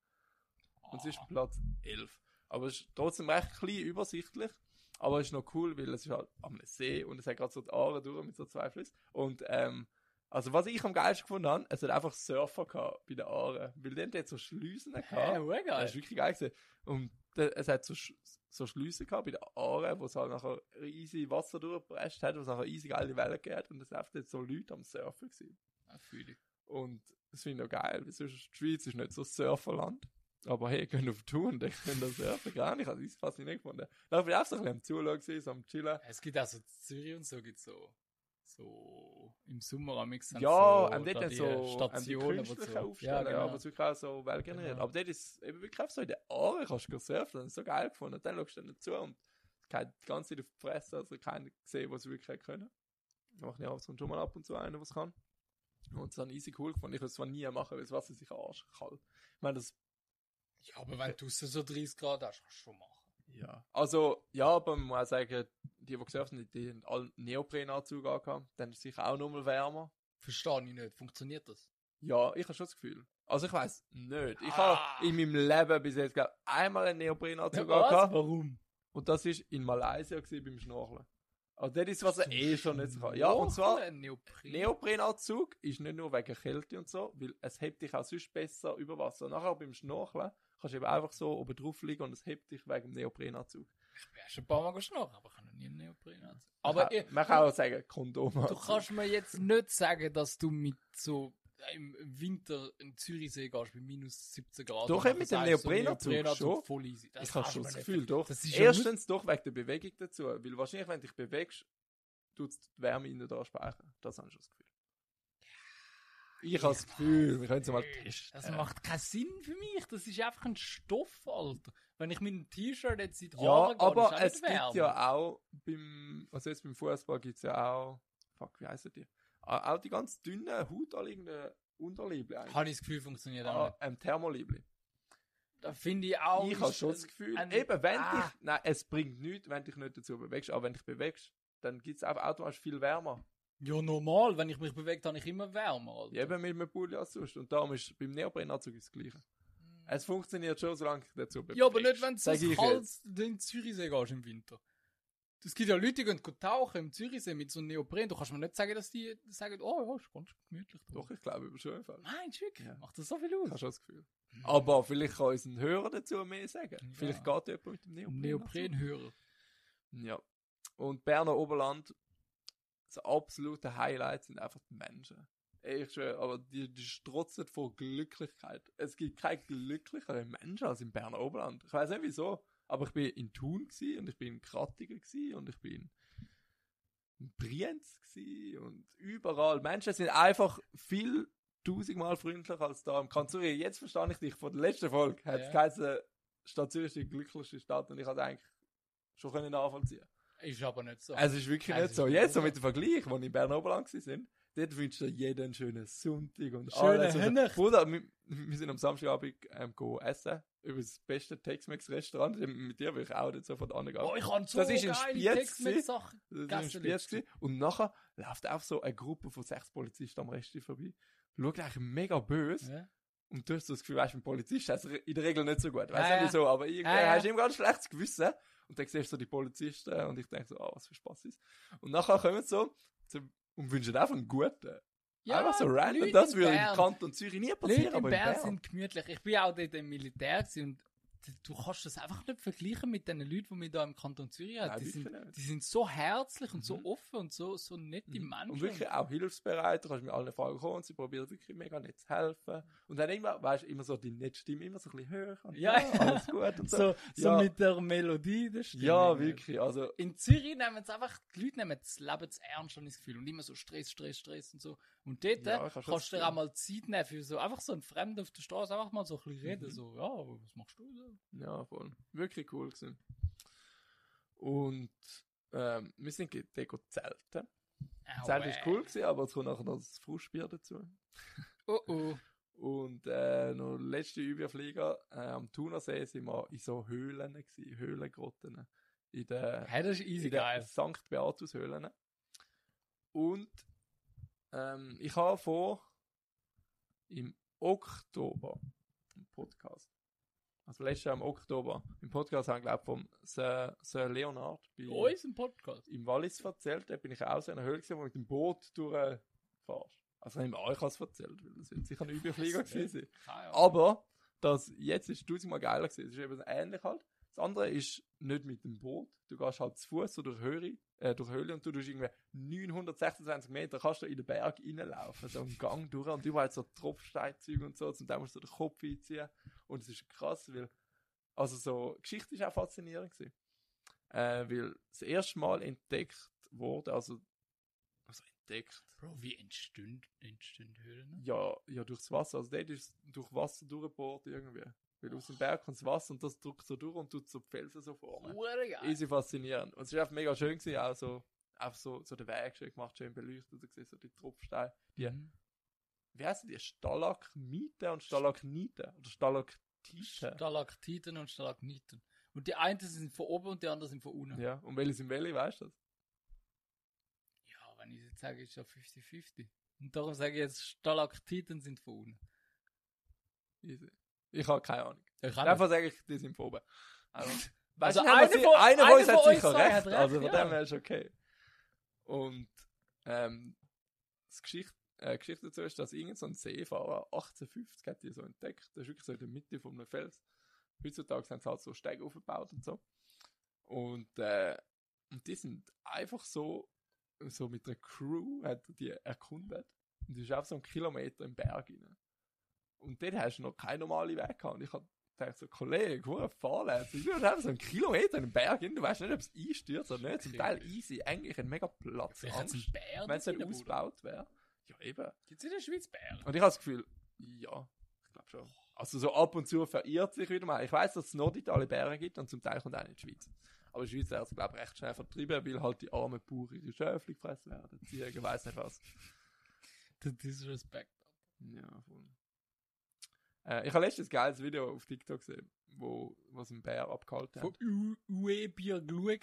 Und es ist
Ah,
Platz 11. Aber es ist trotzdem recht klein, übersichtlich. Aber es ist noch cool, weil es ist halt am See und es hat gerade so die Aare durch mit so zwei Flüssen. Und ähm, also was ich am geilsten gefunden habe, es hat einfach Surfer gehabt bei den Aare. Weil dann hat so Schleusen
Hä,
gehabt.
hure
das ist
geil.
wirklich geil gewesen. Und da- es hat so, Sch- so Schleusen gehabt bei den Aare, wo es halt nachher easy Wasser durchgepresst hat, wo es nachher easy geile Wellen gegeben hat. Und es waren so Leute am Surfen. Gewesen.
Ja, fühl ich.
Und das finde ich noch geil, weil sonst die Schweiz ist nicht so ein Surferland. Aber hey, könnt auf Tour und dann könnt ihr surfen. Gar nicht, also ich fast nicht gefunden. Da bin ich auch so ein bisschen am Zuschauen, gewesen, so am Chillen.
Es gibt also Zürich und so gibt so, so im Sommer am Mix
ja,
so,
ähm, dort
da
haben
die
so
Stationen,
Stationen,
wo
die
du
so,
so-
aufstellen, ja,
ja, genau.
aber es wirklich auch so weltgeneriert.
Genau.
Aber dort ist eben wirklich auch so in den Ohren kannst du gehen surfen, das ist so geil gefunden. Und dann schaust du dann zu und keine die ganze Zeit auf die Fresse, also keiner gesehen, was sie wirklich hätte können. Da mache ich auch so schon mal ab und zu einen, was kann. Und es ist dann easy cool gefunden. Ich würde es zwar nie machen, weil das Wasser sich arsch kalt. Ich meine, das
ja, aber wenn du so 30 Grad hast, kannst du schon machen.
Ja. Also, ja, aber man muss auch sagen, die, die gesurft haben, die haben alle Neoprenanzug angehabt. Dann ist es sicher auch nochmal wärmer.
Verstehe ich nicht. Funktioniert das?
Ja, ich habe schon das Gefühl. Also, ich weiß nicht. Ich
Ah.
habe in meinem Leben bis jetzt, glaube ich, einmal einen Neoprenanzug angehabt.
Warum?
Und das war in Malaysia gewesen, beim Schnorcheln. Also, das ist, was er eh schon nicht so kann. Ja, und zwar,
Schnorcheln, Neopren.
Neoprenanzug ist nicht nur wegen Kälte und so, weil es hebt dich auch sonst besser über Wasser. Nachher beim Schnorcheln kannst du eben einfach so oben drauf liegen und es hebt dich wegen dem Neoprenanzug.
Ich bin schon ein paar Mal geschnorchelt, aber ich habe noch nie einen Neopren anziehen. Aber eh-
man
ich,
kann, man kann auch sagen, Kondom.
du kannst mir jetzt nicht sagen, dass du mit so im Winter in Zürichsee gehst bei minus 17 Grad.
Doch,
und dann
mit dem
sagst du, so
Neoprenanzug schon.
voll easy. Das
ich habe
kannst du
schon
mir
das
nicht
Gefühl, doch.
Das ist ja
Erstens doch wegen der Bewegung dazu, weil wahrscheinlich, wenn du dich bewegst, tut es die Wärme innen da speichern. Das habe ich schon das Gefühl. Ich habe das Gefühl, wir können es mal testen.
Das macht keinen Sinn für mich. Das ist einfach ein Stoff, Alter. Wenn ich mit einem T-Shirt jetzt in die
ja,
Haare gehe, ist
aber
auch
es
nicht
gibt
wärmer.
ja auch beim, also jetzt beim Fußball gibt es ja auch, fuck, wie heißen die? Ah, Auch die ganz dünnen, hautanliegenden Unterliebli eigentlich.
Habe ich das Gefühl, funktioniert auch
Ah,
nicht.
ähm, Thermolibli.
Da finde ich auch...
ich
ist
habe schon
ein-
das Gefühl,
äh, ein-
eben wenn
Ah.
dich, nein, es bringt nichts, wenn dich nicht dazu bewegst, aber wenn dich bewegst, dann gibt es auch automatisch viel wärmer.
Ja, normal. Wenn ich mich bewege, habe ich immer wärmer, Alter.
Eben mit einem Pulli als sonst. Und darum ist beim Neoprenanzug das Gleiche. Es funktioniert schon, solange dich dazu bewegst.
Hm. Ja, aber nicht, wenn du so
Sag ich
kalt
jetzt.
in den Zürichsee gehst im Winter. Es gibt ja Leute, die gehen tauchen im Zürichsee mit so einem Neopren. Du kannst mir nicht sagen, dass die sagen, oh ja, ist ganz gemütlich. da.
Doch, ich glaube, über schon Fall.
Meinst du wirklich?
Ja.
Macht das so viel
Ich habe
aus?
schon das Gefühl. Aber vielleicht kann uns ein Hörer dazu mehr sagen.
Hm. Ja.
Vielleicht geht jemand mit dem Neopren.
Neoprenhörer.
Ja. Und Berner Oberland, das absolute Highlight sind einfach die Menschen. Ey, Ich schwöre, aber die, die strotzen vor Glücklichkeit. Es gibt keinen glücklicheren Menschen als im Berner Oberland. Ich weiß nicht wieso, aber ich bin in Thun gsi und ich bin in Krattigen gsi und ich bin in Brienz gsi und überall. Menschen sind einfach viel tausendmal freundlicher als da im Kanton Zürich. Jetzt verstehe ich dich. Von der letzten Folge hat es
Ja.
geheißen, Stadt Zürich ist die glücklichste Stadt und ich hatte eigentlich schon können nachvollziehen.
Ist aber nicht so.
Es ist wirklich
Es
nicht
ist
so.
nicht
Jetzt, so
so.
mit dem Vergleich, wo wir in Bern-Oberland sind, dort wünscht dir jeden einen schönen Sonntag und
Schöne
alles. Und-
Nacht.
Bruder, wir, wir sind am Samstagabend ähm, go essen, über das beste Tex-Mex-Restaurant. Mit dir würde ich auch nicht sofort angehen.
oh, ich habe so
Das ist in Spiez
geile Text-Sachen.
Das ist ein Spiel gewesen. und nachher läuft auch so eine Gruppe von sechs Polizisten am Rest vorbei. Schaut eigentlich mega böse.
Ja.
Und du hast so das Gefühl, weißt du, mit Polizist hast du in der Regel nicht so gut. Weißt du
Ah, Ja,
nicht
ja.
wieso, aber irgendwie
Ja, ja.
hast du immer ganz schlechtes Gewissen. Und dann siehst du so die Polizisten und ich denke so, ah, was für Spaß ist. Und nachher kommen sie so zu- und wünschen einfach einen guten.
Ja,
einfach so random.
Leute
das
in
würde im
Bern.
Kanton Zürich nie passieren,
Leute in
aber
Bern,
in Bern.
sind gemütlich. Ich bin auch dort im Militär gewesen und d- du kannst das einfach nicht vergleichen mit den Leuten, die wir hier im Kanton Zürich haben.
Nein,
die, sind,
wirklich nicht.
die sind so herzlich und so
Mhm.
offen und so, so nette Menschen.
Und wirklich auch hilfsbereit, du kannst mit allen Fragen kommen und sie probieren wirklich mega nett zu
Mhm.
helfen. Und dann immer, weißt du, immer so die nette Stimme, immer so ein bisschen höher. Und
Ja, ja.
alles gut und so.
so, so
Ja.
mit der Melodie der Stimme.
ja, wirklich, also
In Zürich nehmen es einfach, die Leute nehmen das Leben zu ernst, habe ich das Gefühl. Und immer so Stress, Stress, Stress und so. Und dort
Ja,
äh,
ich hab schon das
kannst du dir
Gefühl.
auch mal Zeit nehmen für so, einfach so einen Fremden auf der Straße, einfach mal so ein bisschen reden.
Mhm.
So, ja, was machst du so?
Ja, voll. Wirklich cool gewesen. Und ähm, wir sind ge- dort go zelten.
Ah,
Zelt ist
weh.
cool gewesen, aber es kommt nachher noch das Frustbier dazu.
Oh, oh.
Und äh, noch letzte Überflieger äh, am Thunersee sind wir in so Höhlen gewesen, Höhlengrotten. In der
Hey, das ist easy
in der
geil.
St. Beatus Höhlen. Und ähm, ich habe vor im Oktober im Podcast. Also letztes Jahr im Oktober. Im Podcast haben glaube ich vom Sir, Sir Leonard bei,
Bei uns im Podcast.
im Wallis erzählt. Da bin ich auch so in einer Höhle gewesen, wo du mit dem Boot durchfährst. Also nicht mehr euch was erzählt, weil das wird sicher ein Überflieger
Weiss nicht.
gewesen sein.
Keine Ahnung.
Aber das jetzt ist tausendmal geiler gewesen. Es ist eben ähnlich halt. Das andere ist nicht mit dem Boot. Du gehst halt zu Fuß oder durch Höhle, äh, durch Höhle und du tust irgendwie 926 Meter kannst du in den Berg reinlaufen, so einen Gang durch und überall so Tropfsteinzüge und so. Zum Teil musst du den Kopf einziehen. Und es ist krass, weil, also so, Geschichte ist auch faszinierend gewesen. Äh, weil das erste Mal entdeckt wurde, also, also entdeckt,
Bro, wie entstehen, entstehen Höhlen?
ja, ja, durchs Wasser. Also dort ist durch Wasser durchgebohrt irgendwie. Weil aus dem Berg kommt das Wasser und das drückt so durch und tut so die Felsen so vorne.
Hure geil.
Easy faszinierend. Und es ist einfach mega schön gewesen, auch so, einfach so, so der Weg schön gemacht, schön beleuchtet, du siehst so die Tropfsteine. Die,
Mhm.
wie heißen die? Stalagmiten und Stalagniten? Oder Stalaktiten?
Stalaktiten und Stalagniten. Und die einen sind von oben und die anderen sind von unten.
ja, und welche sind welche, weißt du das?
Ja, wenn ich jetzt sage, ist ja 50-50. Und darum sage ich jetzt, Stalaktiten sind von unten.
Easy. Ich habe keine Ahnung.
Ich
Einfach sage ich, die sind von oben.
Also
Also, weißt du, einer,
einer von-
von, einer von uns
einer
hat
von
sicher
uns
recht,
hat recht,
also von
ja. Genau.
dem her ist okay. Und ähm, das Geschicht, äh, Geschichte dazu ist, dass irgend so ein Seefahrer 1850 hat die so entdeckt. Das ist wirklich so in der Mitte von einem Fels. Heutzutage sind sie halt so Steige aufgebaut und so. Und, äh, und die sind einfach so, so mit einer Crew hat er die erkundet. Und das ist auch so ein Kilometer im Berg rein. Und dort hast du noch keinen normalen Weg gehabt. Und ich hab gedacht, so, Kollege, wo fahrlässig. Du hast einfach so einen Kilometer im Berg rein. Du weißt nicht, ob es einstürzt oder nicht. Zum Teil easy. Eigentlich ein mega Platz.
Vielleicht hat es einen Bär
Wenn es
drin,
nicht
Bruder.
ausgebaut wäre. Ja, eben.
Gibt's in der Schweiz Bären?
Und ich habe das Gefühl, ja, ich glaube schon. Also so ab und zu verirrt sich wieder mal. Ich weiß, dass es Norditalien Bären gibt und zum Teil kommt auch in die Schweiz. Aber in der Schweiz werden sie, glaube ich, recht schnell vertrieben, weil halt die armen Bauern ihre Schäfchen gefressen werden. Ziegen, weiß nicht was.
Das ist Respekt.
Ja, voll. Äh, ich habe letztens ein geiles Video auf TikTok gesehen, wo was ein Bär abgehalten hat.
Von U- E Uebier Gluck.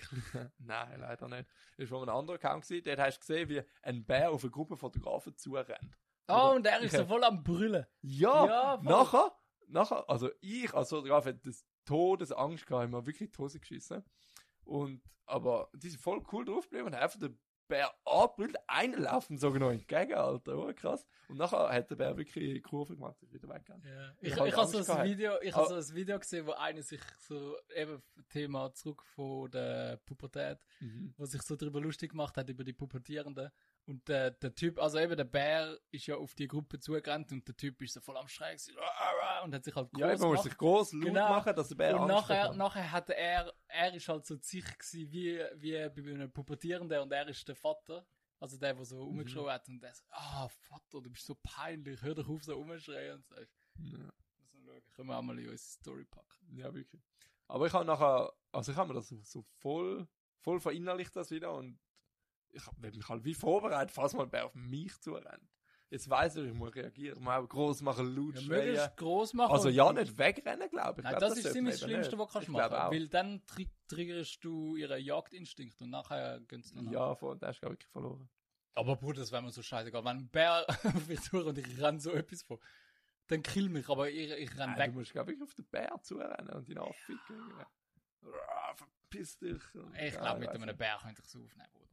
Nein, leider nicht. Das war von einem anderen Account. Gewesen. Dort hast du gesehen, wie ein Bär auf eine Gruppe Fotografen zurennt.
Ah, und er ist
Ich-
so voll am Brüllen.
Ja,
Ja, voll.
nachher, nachher, also ich als Fotograf hätte das Todesangst gehabt, ich mir wirklich die Hose geschissen. Und, aber die sind voll cool draufgeblieben und haben einfach den Bär abgebildet, einen laufen sogar noch entgegen, Alter, oh, krass. Und nachher hat der Bär wirklich Kurve gemacht, ist wieder weggegangen.
Ich, ich,
Ich hab
habe
Angst
so ein
gehabt.
Video, ich
Ah.
habe so ein Video gesehen, wo einer sich so eben Thema zurück von der Pubertät, wo sich so drüber lustig gemacht hat über die Pubertierenden. Und der, der Typ, also eben der Bär ist ja auf die Gruppe zugerannt und der Typ ist so voll am Schreien gewesen, "Ah, ah, ah", und hat sich halt
Ja, eben, man muss
gemacht.
sich groß laut
Genau.
machen, dass der Bär
Und
Angst
nachher,
bekommt.
nachher hat er, er ist halt so sich gewesen, wie, wie bei einem Pubertierenden und er ist der Vater. Also der, der
Mhm.
so rumgeschrien hat und der so, ah, Vater, du bist so peinlich, hör doch auf, so rumschreien. Und so.
Ja.
Müssen wir schauen. Können wir auch mal in unsere Story packen.
Ja, wirklich. Aber ich habe nachher, also ich habe mir das so, so voll, voll verinnerlicht das wieder und ich habe mich halt wie vorbereitet, falls mal wer auf mich zurennt. Jetzt weiß ich, ich muss reagieren, ich muss auch gross machen, laut
Ja,
schreien.
möglichst groß machen.
Also
und-
ja, nicht wegrennen, glaube ich.
Nein,
glaub,
das, ist ziemlich
sollte man
das
eben
Schlimmste,
nicht.
was du kannst
Ich
machen.
glaub auch.
Weil dann tri triggerst du ihren Jagdinstinkt und nachher gehen sie dann ab.
Ja, von da hast du glaub ich wirklich verloren.
Aber Bruder, das wäre mir so scheißegal. Wenn ein Bär auf mich durch und ich renne so etwas vor, dann kill mich, aber ich, ich renne
Nein, du
weg.
musst glaube ich auf den Bär zurennen und ihn anficken. irgendwie. Ah, Verpiss dich. Und-
Ich
Ja,
glaube, mit
weiss
einem
nicht.
Bär könnte ich es aufnehmen, Bruder.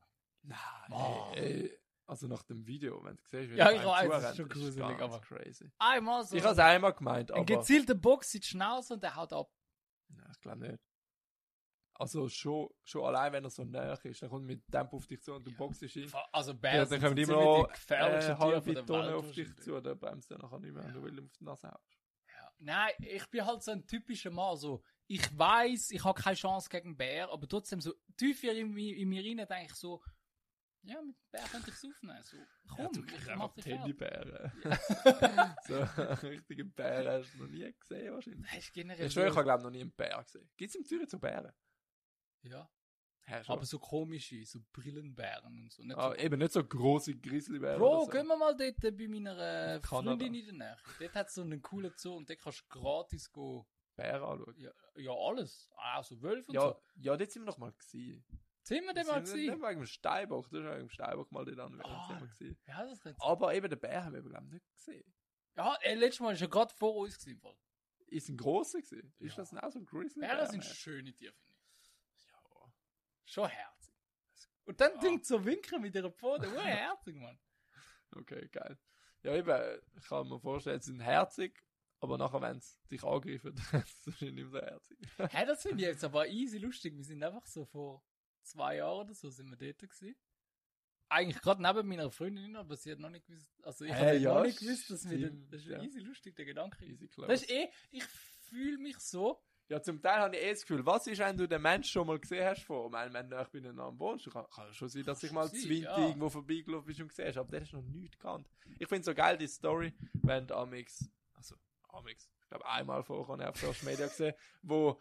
Nein,
Oh.
ey, ey. also nach dem Video, wenn du siehst, wie
Ja,
er
ich
einem
weiß, das
zurennt,
ist schon gruselig,
ganz
aber-
crazy.
Einmal so
Ich habe es einmal gemeint, aber
ein gezielter Box in die Schnauze und der haut ab.
Nein, ich glaube nicht. Also schon, schon allein, wenn er so näher ist, dann kommt mit Tempo auf dich zu und du boxst ihn.
Also
Ja,
Bär
dann
sind
kommen
so
immer
ziemlich
noch
die
äh,
gefährlichsten Tiere von
halbe
der
Tonne
Welt
auf dich
wahrscheinlich.
zu, dann bremst er nachher nicht mehr, wenn du willst, auf die Nase haust.
Ja. Nein, ich bin halt so ein typischer Mann. So, ich weiß, ich habe keine Chance gegen einen Bär, aber trotzdem so tief in, mi- in mir rein denke ich so, ja, mit dem Bär könnte ich es aufnehmen. So, komm, ich mach dich fertig.
Teddybären. so einen richtigen Bären hast du noch nie gesehen wahrscheinlich.
Hast du generell
Ich schwöre, ich
so-
habe glaube noch nie einen Bär gesehen. Gibt es im Zürich so Bären?
ja,
Ja, schon.
aber so komische, so Brillenbären und so. Nicht
Ah,
so
eben nicht so große Grizzlybären.
Bro,
oder so.
gehen wir mal dort äh, bei meiner äh,
Auf Kanada.
Freundin in der Nähe. Dort hat so einen coolen Zoo und dort kannst du gratis gehen.
Bären anschauen.
Ja, ja alles. Also Wölfe und
Ja,
so.
ja, dort sind wir noch mal gesehen.
Sind wir denn mal gewesen?
wegen dem Steinbock, das ist wegen dem Steinbock mal dort anwesend.
Ah.
sind wir gewesen.
Ja, das könnte sein.
Aber eben den Bär haben wir glaube ich nicht gesehen.
Ja, äh, letztes Mal ist er gerade vor uns gewesen. voll.
Ist ein grosser gewesen. Ist
Ja.
das denn auch so ein Grizzly?
Bären sind schöne Tiere, finde ich. Ja. Schon herzig. Und dann
Ja.
denkt so winken mit ihrer Pfote.
oh,
Uhr herzig, Mann.
Okay, geil. Ja, eben, ich kann mir vorstellen, sie sind herzig, aber nachher, wenn sie dich angreifen, dann sind sie nicht mehr so herzig.
Hä, das finde ich jetzt aber easy lustig. Wir sind einfach so vor zwei Jahren oder so sind wir dort gewesen. Eigentlich gerade neben meiner Freundin, aber sie hat noch nicht gewusst, also ich
Hä,
habe
ja,
noch nicht gewusst, dass wir,
stimmt,
das ist
ja.
easy lustig, der Gedanke.
Easy
Das
close.
ist eh, ich fühle mich so.
Ja, zum Teil habe ich eh das Gefühl, was ist, wenn du den Menschen schon mal gesehen hast vor? Ich meine, wenn du nah beieinander wohnst, kann, kann schon sein, dass
Kann
ich mal
schon
zu
sein,
Winter
ja.
irgendwo vorbeigelaufen bist und gesehen hast, aber der hast du noch nicht gekannt. Ich finde so geil, die Story, wenn die Amix, also Amix, ich glaube einmal vorher habe ich auf Social Media gesehen, wo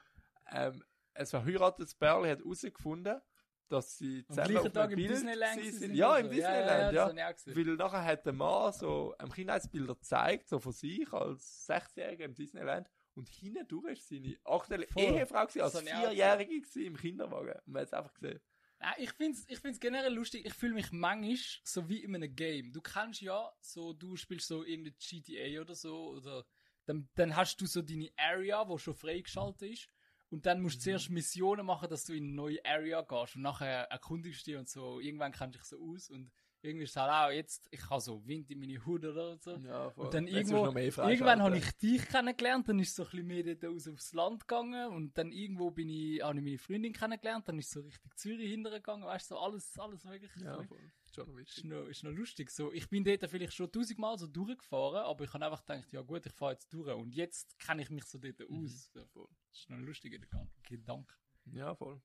ähm, ein verheiratetes Pärchen hat herausgefunden, dass sie
Am
zusammen
gleichen
auf
Tag
einem
im
Bild
Disneyland.
gewesen
gewesen
sind.
sind
Ja,
oder
im
so.
Disneyland, ja.
Ja, das habe ich auch gesehen.
Weil nachher hat der Mann so ähm, Kindheitsbilder gezeigt, so von sich als 16-Jähriger im Disneyland. Und hinten durch ist seine aktuelle
Voll.
Ehefrau gewesen, als
Das hab ich auch
Vierjährige gewesen im Kinderwagen. Und man hat es einfach gesehen.
Nein, Ah, ich find's, ich find's generell lustig. Ich fühle mich manchmal so wie in einem Game. Du kannst ja so, du spielst so irgendein GTA oder so, oder dann, dann hast du so deine Area, wo schon freigeschaltet ist. Und dann musst du zuerst Missionen machen, dass du in eine neue Area gehst und nachher erkundigst dich und so. Irgendwann kannst du dich so aus und irgendwie ist es halt auch jetzt, ich habe so Wind in meine Haut oder so.
Ja,
Und dann irgendwo, irgendwann habe ich dich kennengelernt, dann ist es so ein bisschen mehr dort aus aufs Land gegangen und dann irgendwo bin ich, habe ich meine Freundin kennengelernt, dann ist es so richtig Zürich hintergegangen, weißt du, so alles, alles mögliche.
Ja,
Ein bisschen.
voll. Schon noch
ist,
witzig.
noch, ist noch lustig so. Ich bin dort vielleicht schon tausendmal so durchgefahren, aber ich habe einfach gedacht, ja gut, ich fahre jetzt durch und jetzt kenne ich mich so dort
Mhm.
aus. So. Das ist noch ein lustiger Gedan- Gedanke.
Ja, voll.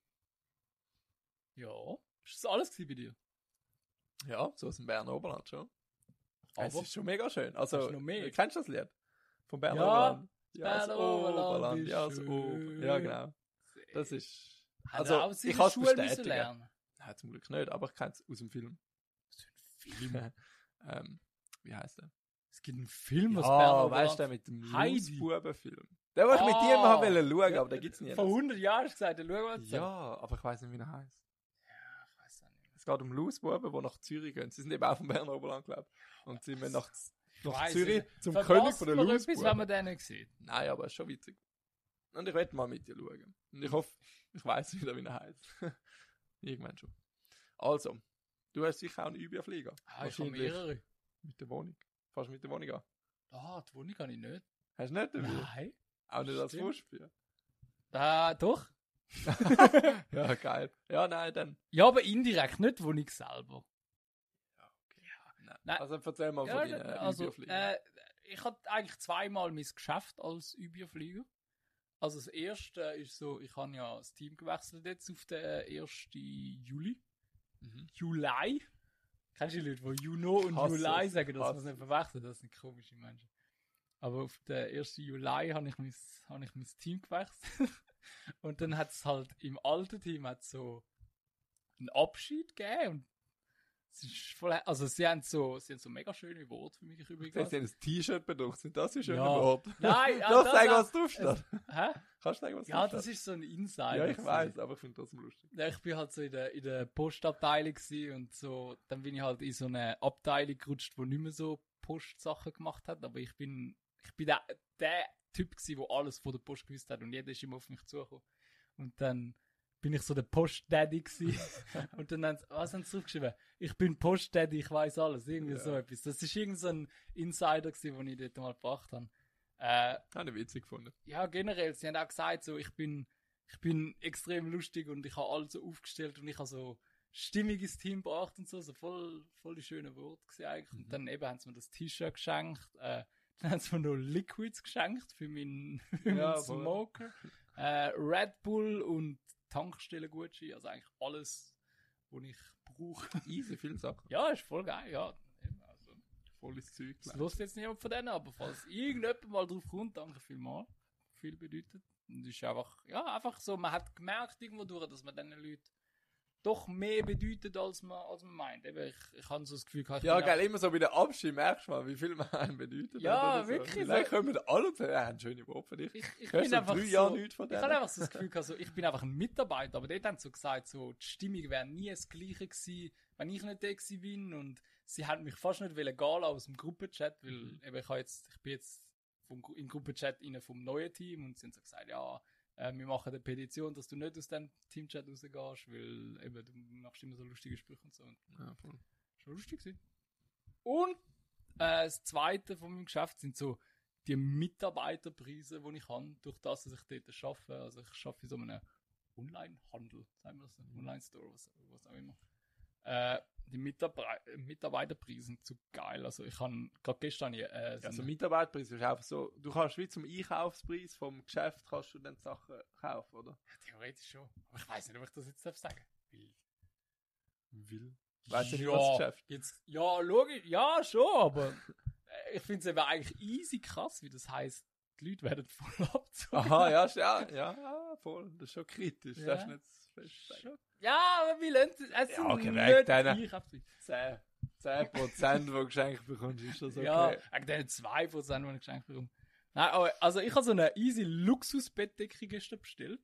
Ja, ist das alles gewesen bei dir?
Ja, so aus dem Berner Oberland schon. es
Aber
ist schon mega schön. Also,
Hast du noch mehr?
kennst du das Lied? Vom Berner
Ja,
Oberland?
Berner
das
Oberland ist
Ja, das Oberland. Ja,
schön.
genau. Das ist...
also,
Also,
auch ich
ich kann
habe
es
Schule müssen
bestätigen.
lernen.
Nein, zum Glück nicht, aber ich kenne es aus dem Film. ähm, wie heißt der?
Es gibt einen Film, was
Ah, weißt du,
Oberland-
der mit dem
Heidi.
Lutz-Buben-Film. Den wollte ich mit dir
Ah.
mal wollen schauen, aber den gibt es nicht.
Vor 100 Jahren hast du gesagt, dann schauen wir uns
Ja,
an.
aber ich weiß nicht, wie er heißt.
Ich weiss auch nicht.
Es geht um Lutz-Buben, die nach Zürich gehen. Sie sind eben auch vom Berner Oberland, glaube ich. Und sie müssen nach, nach
weiss
Zürich
es
zum
Verpasst
König von der
man etwas, wenn
Lutz-Buben.
man den nicht Ah, sieht.
Nein, aber ist schon witzig. Und ich werde mal mit dir schauen. Und ich hoffe, ich weiß wieder, wie er heißt. Irgendwann schon. Also, du hast sicher auch einen Überflieger.
Ah, ich habe mehrere.
Mit der Wohnung. Fast mit der Wohnung an.
Ah, die Wohnung habe ich nicht.
Hast du nicht dabei?
Nein.
Auch nicht als
Stimmt.
Vorspiel.
Ah, doch.
Ja, geil. Ja, nein, dann.
Ja, aber indirekt, nicht die Wohnung selber.
Nein.
Nein.
Also erzähl mal von
Ja,
deinen
also,
Überfliegen.
äh, ich hatte eigentlich zweimal mein Geschäft als Überflieger. Also das erste ist so, ich habe ja das Team gewechselt jetzt auf den 1. Juli.
Mhm.
Juli. Kennst du die Leute, die Juno und
Hasse
Juli
es,
sagen, dass man es
hasse
nicht verwechselt? Das sind komische Menschen. Aber auf den 1. Juli habe ich, mein, habe ich mein Team gewechselt. und dann hat es halt im alten Team hat so einen Abschied gegeben. Und es ist voll, also sie haben, so, sie haben so mega schöne Worte für mich
Sie haben
übrigens.
ein T-Shirt bedruckt. Sind das die schönen
Ja.
Worte?
Nein,
Doch, sag,
auch-
was draufsteht.
Hä?
Kannst du sagen, was
Ja, das
draufsteht?
ist so ein Insider.
Ja, ich
gewesen.
weiß, aber ich finde trotzdem lustig.
Ja, ich bin halt so in der, in der Postabteilung gsi und so, dann bin ich halt in so eine Abteilung gerutscht, wo nicht mehr so Postsachen gemacht hat, aber ich bin, ich bin der, der Typ gsi, der alles von der Post gewusst hat und jeder ist immer auf mich zugekommen. Und dann bin ich so der Postdaddy gsi und dann haben sie, was haben sie zurückgeschrieben? Ich bin Postdaddy, ich weiß alles, irgendwie
Ja.
so etwas. Das ist irgend so ein Insider gsi, den ich dort mal gebracht habe. Äh,
Habe ich witzig gefunden.
ja, generell, sie haben auch gesagt, so, ich bin, ich bin extrem lustig und ich habe alles so aufgestellt und ich habe so stimmiges Team gebracht und so, so voll, voll die schönen Worte gewesen eigentlich.
Mhm.
Und dann eben haben sie mir das T-Shirt geschenkt, äh, dann haben sie mir noch Liquids geschenkt für meinen, für
Ja,
meinen
voll.
Smoker, äh, Red Bull und Tankstellengutschein, also eigentlich alles, was ich brauche.
Easy, viele Sachen.
ja, ist voll geil, ja. Eben, Also,
Volles Zeug.
das lust jetzt niemand von denen, aber falls irgendjemand mal drauf kommt, danke vielmals. Viel bedeutet. Und es ist einfach, ja, einfach so, man hat gemerkt irgendwo durch, dass man diesen Leuten doch mehr bedeutet, als man, als man meint. Eben, ich, ich habe so das Gefühl gehabt, ich
Ja,
bin
geil, immer so bei der Abschied merkst du mal, wie viel man einem bedeutet.
Ja,
oder so.
wirklich
Dann
so.
kommen wir alle und sagen, ja, haben schöne Worte für dich.
Einfach, ich, ich
Hörst
bin
du
einfach
drei
so,
Jahre nichts von
ich
denen?
habe einfach so das Gefühl gehabt, so, ich bin einfach ein Mitarbeiter, aber dort haben sie so gesagt, so, die Stimmung wäre nie das gleiche gewesen, wenn ich nicht da gewesen bin und sie haben mich fast nicht wollen gehen lassen aus dem Gruppenchat, weil eben, ich, habe jetzt, ich bin jetzt vom, Gru- im Gruppenchat rein vom neuen Team und sie haben so gesagt, ja, äh, wir machen eine Petition, dass du nicht aus dem Teamchat rausgehst, weil eben, du machst immer so lustige Sprüche und so und
Ja, voll.
schon lustig gewesen. Und äh, das Zweite von meinem Geschäft sind so die Mitarbeiterpreise, die ich habe, durch das, dass ich dort arbeite. Also ich arbeite in so einem Online-Handel, sagen wir das, Online-Store, was, was auch immer. Äh, die Mitarbeiter Mitarbeiterpreise sind zu geil. Also ich habe gerade gestern äh, so
Also
einen-
Mitarbeiterpreis ist einfach so, du kannst wie zum Einkaufspreis vom Geschäft kannst du dann die Sachen kaufen, oder?
theoretisch schon. Aber ich weiß nicht, ob ich das jetzt darf sagen. Will. Will.
Weißt du nicht, was das Geschäft?
Jetzt, ja, logisch, ja, schon, aber äh, ich finde es eben eigentlich easy krass, wie das heisst, die Leute werden voll abzogen.
Aha, ja, ist- ja, ja, ja, voll. Das ist schon kritisch.
Ja.
Das ist nicht das Feste.
Schon. Ja, aber wir lernen es. Es
Ja,
sind
okay, weg
nicht
deiner-
die Einkaufspreise.
10, 10 Prozent, die du geschenkt bekommst, ist das okay.
Ja, wegen den 2%, die ich geschenkt bekomme. Nein, aber also ich habe so eine easy Luxusbettdecke gestern bestellt.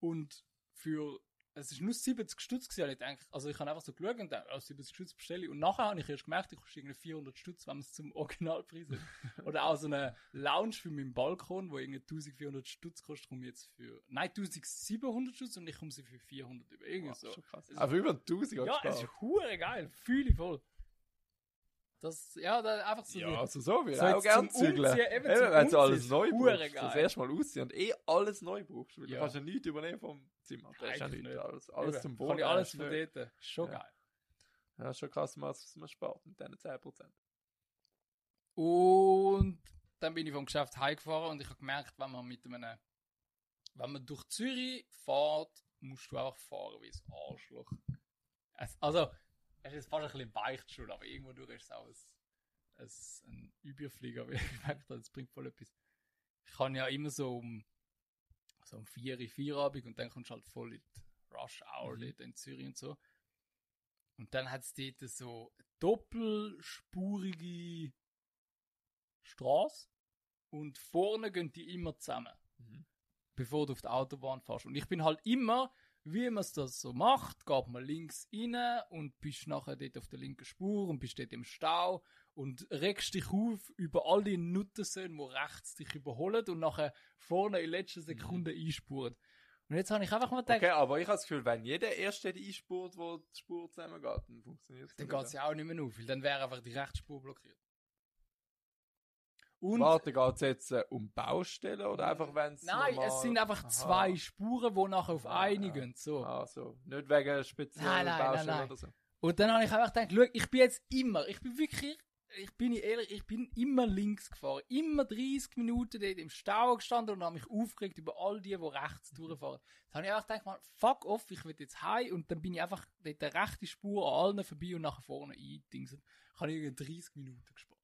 Und für, es ist nur 70 Stutz gewesen, und ich denke, also ich habe einfach so geschaut und dachte, oh, 70 Stutz bestelle ich. Und nachher habe ich erst gemerkt, ich kostet irgendwie 400 Stutz, wenn man es zum Originalpreis hat. Oder auch so eine Lounge für meinen Balkon, wo irgendwie 1400 Stutz kostet, komme ich jetzt für, nein, 1700 Stutz und ich komme sie für 400 über. Irgendwie
Wow,
so.
schon krass. Aber über 1000
Ja, es ist hure geil, fühle ich voll. Das, ja, da einfach so die-
Ja, also so, wir
So,
auch
jetzt
gerne
zum
zügeln.
Umziehen, eben
Eben,
zum
wenn du
Umziehen
alles
ist
neu
hure
brauchst,
geil.
das erste Mal ausziehen und eh alles neu brauchst, weil
Ja.
du kannst ja nichts übernehmen vom Zimmer. Das ist ja
Eigentlich
nichts,
nicht.
alles, alles
Eben,
zum
Kann
Boden.
ich alles
hast
von
du nicht.
dort. Ist Schon
Ja.
geil.
Ja, ist schon krass, was man spart mit diesen 10%.
Und dann bin ich vom Geschäft heimgefahren und ich habe gemerkt, wenn man mit einem, wenn man durch Zürich fährt, musst du einfach fahren wie ein Arschloch. Es, also, es ist fast ein bisschen beicht schon, aber irgendwo durch ist es auch ein, ein, ein Überflieger, weil ich gemerkt habe, das bringt voll etwas. Ich kann ja immer so um, so um 4, 4 Abend und dann kommst du halt voll in die Rush Hour dort in Zürich und so. Und dann hat es dort so doppelspurige Straße und vorne gehen die immer zusammen,
Mhm.
bevor du auf die Autobahn fährst. Und ich bin halt immer, wie man es das so macht, geht man links rein und bist nachher dort auf der linken Spur und bist dort im Stau und regst dich auf über all die Nuttensöhne, die rechts dich überholen und nachher vorne in letzter Sekunde einspuren. Und jetzt habe ich einfach mal gedacht,
Okay, aber ich habe das Gefühl, wenn jeder erst dort einspurt, wo die Spur zusammengeht, dann funktioniert es
dann geht es ja auch nicht mehr auf, weil dann wäre einfach die rechte Spur blockiert. Und
Warte, geht es jetzt äh, um Baustellen oder einfach, wenn es
um Nein,
normal-
es sind einfach
Aha.
zwei Spuren, die nachher auf
Ah,
eine
ja.
gehen. So.
Also, nicht wegen speziellen
Nein, nein, nein,
Baustellen
nein.
oder so.
Und dann habe ich einfach gedacht, schau, ich bin jetzt immer, ich bin wirklich, ich bin nicht ehrlich, ich bin immer links gefahren. Immer 30 Minuten dort im Stau gestanden und habe mich aufgeregt über all die, die rechts
Mhm.
durchfahren. Dann habe ich einfach gedacht, man, fuck off, ich will jetzt heim und dann bin ich einfach dort der rechte Spur an allen vorbei und nachher vorne eindingsen. Ich habe irgendwie 30 Minuten gespart.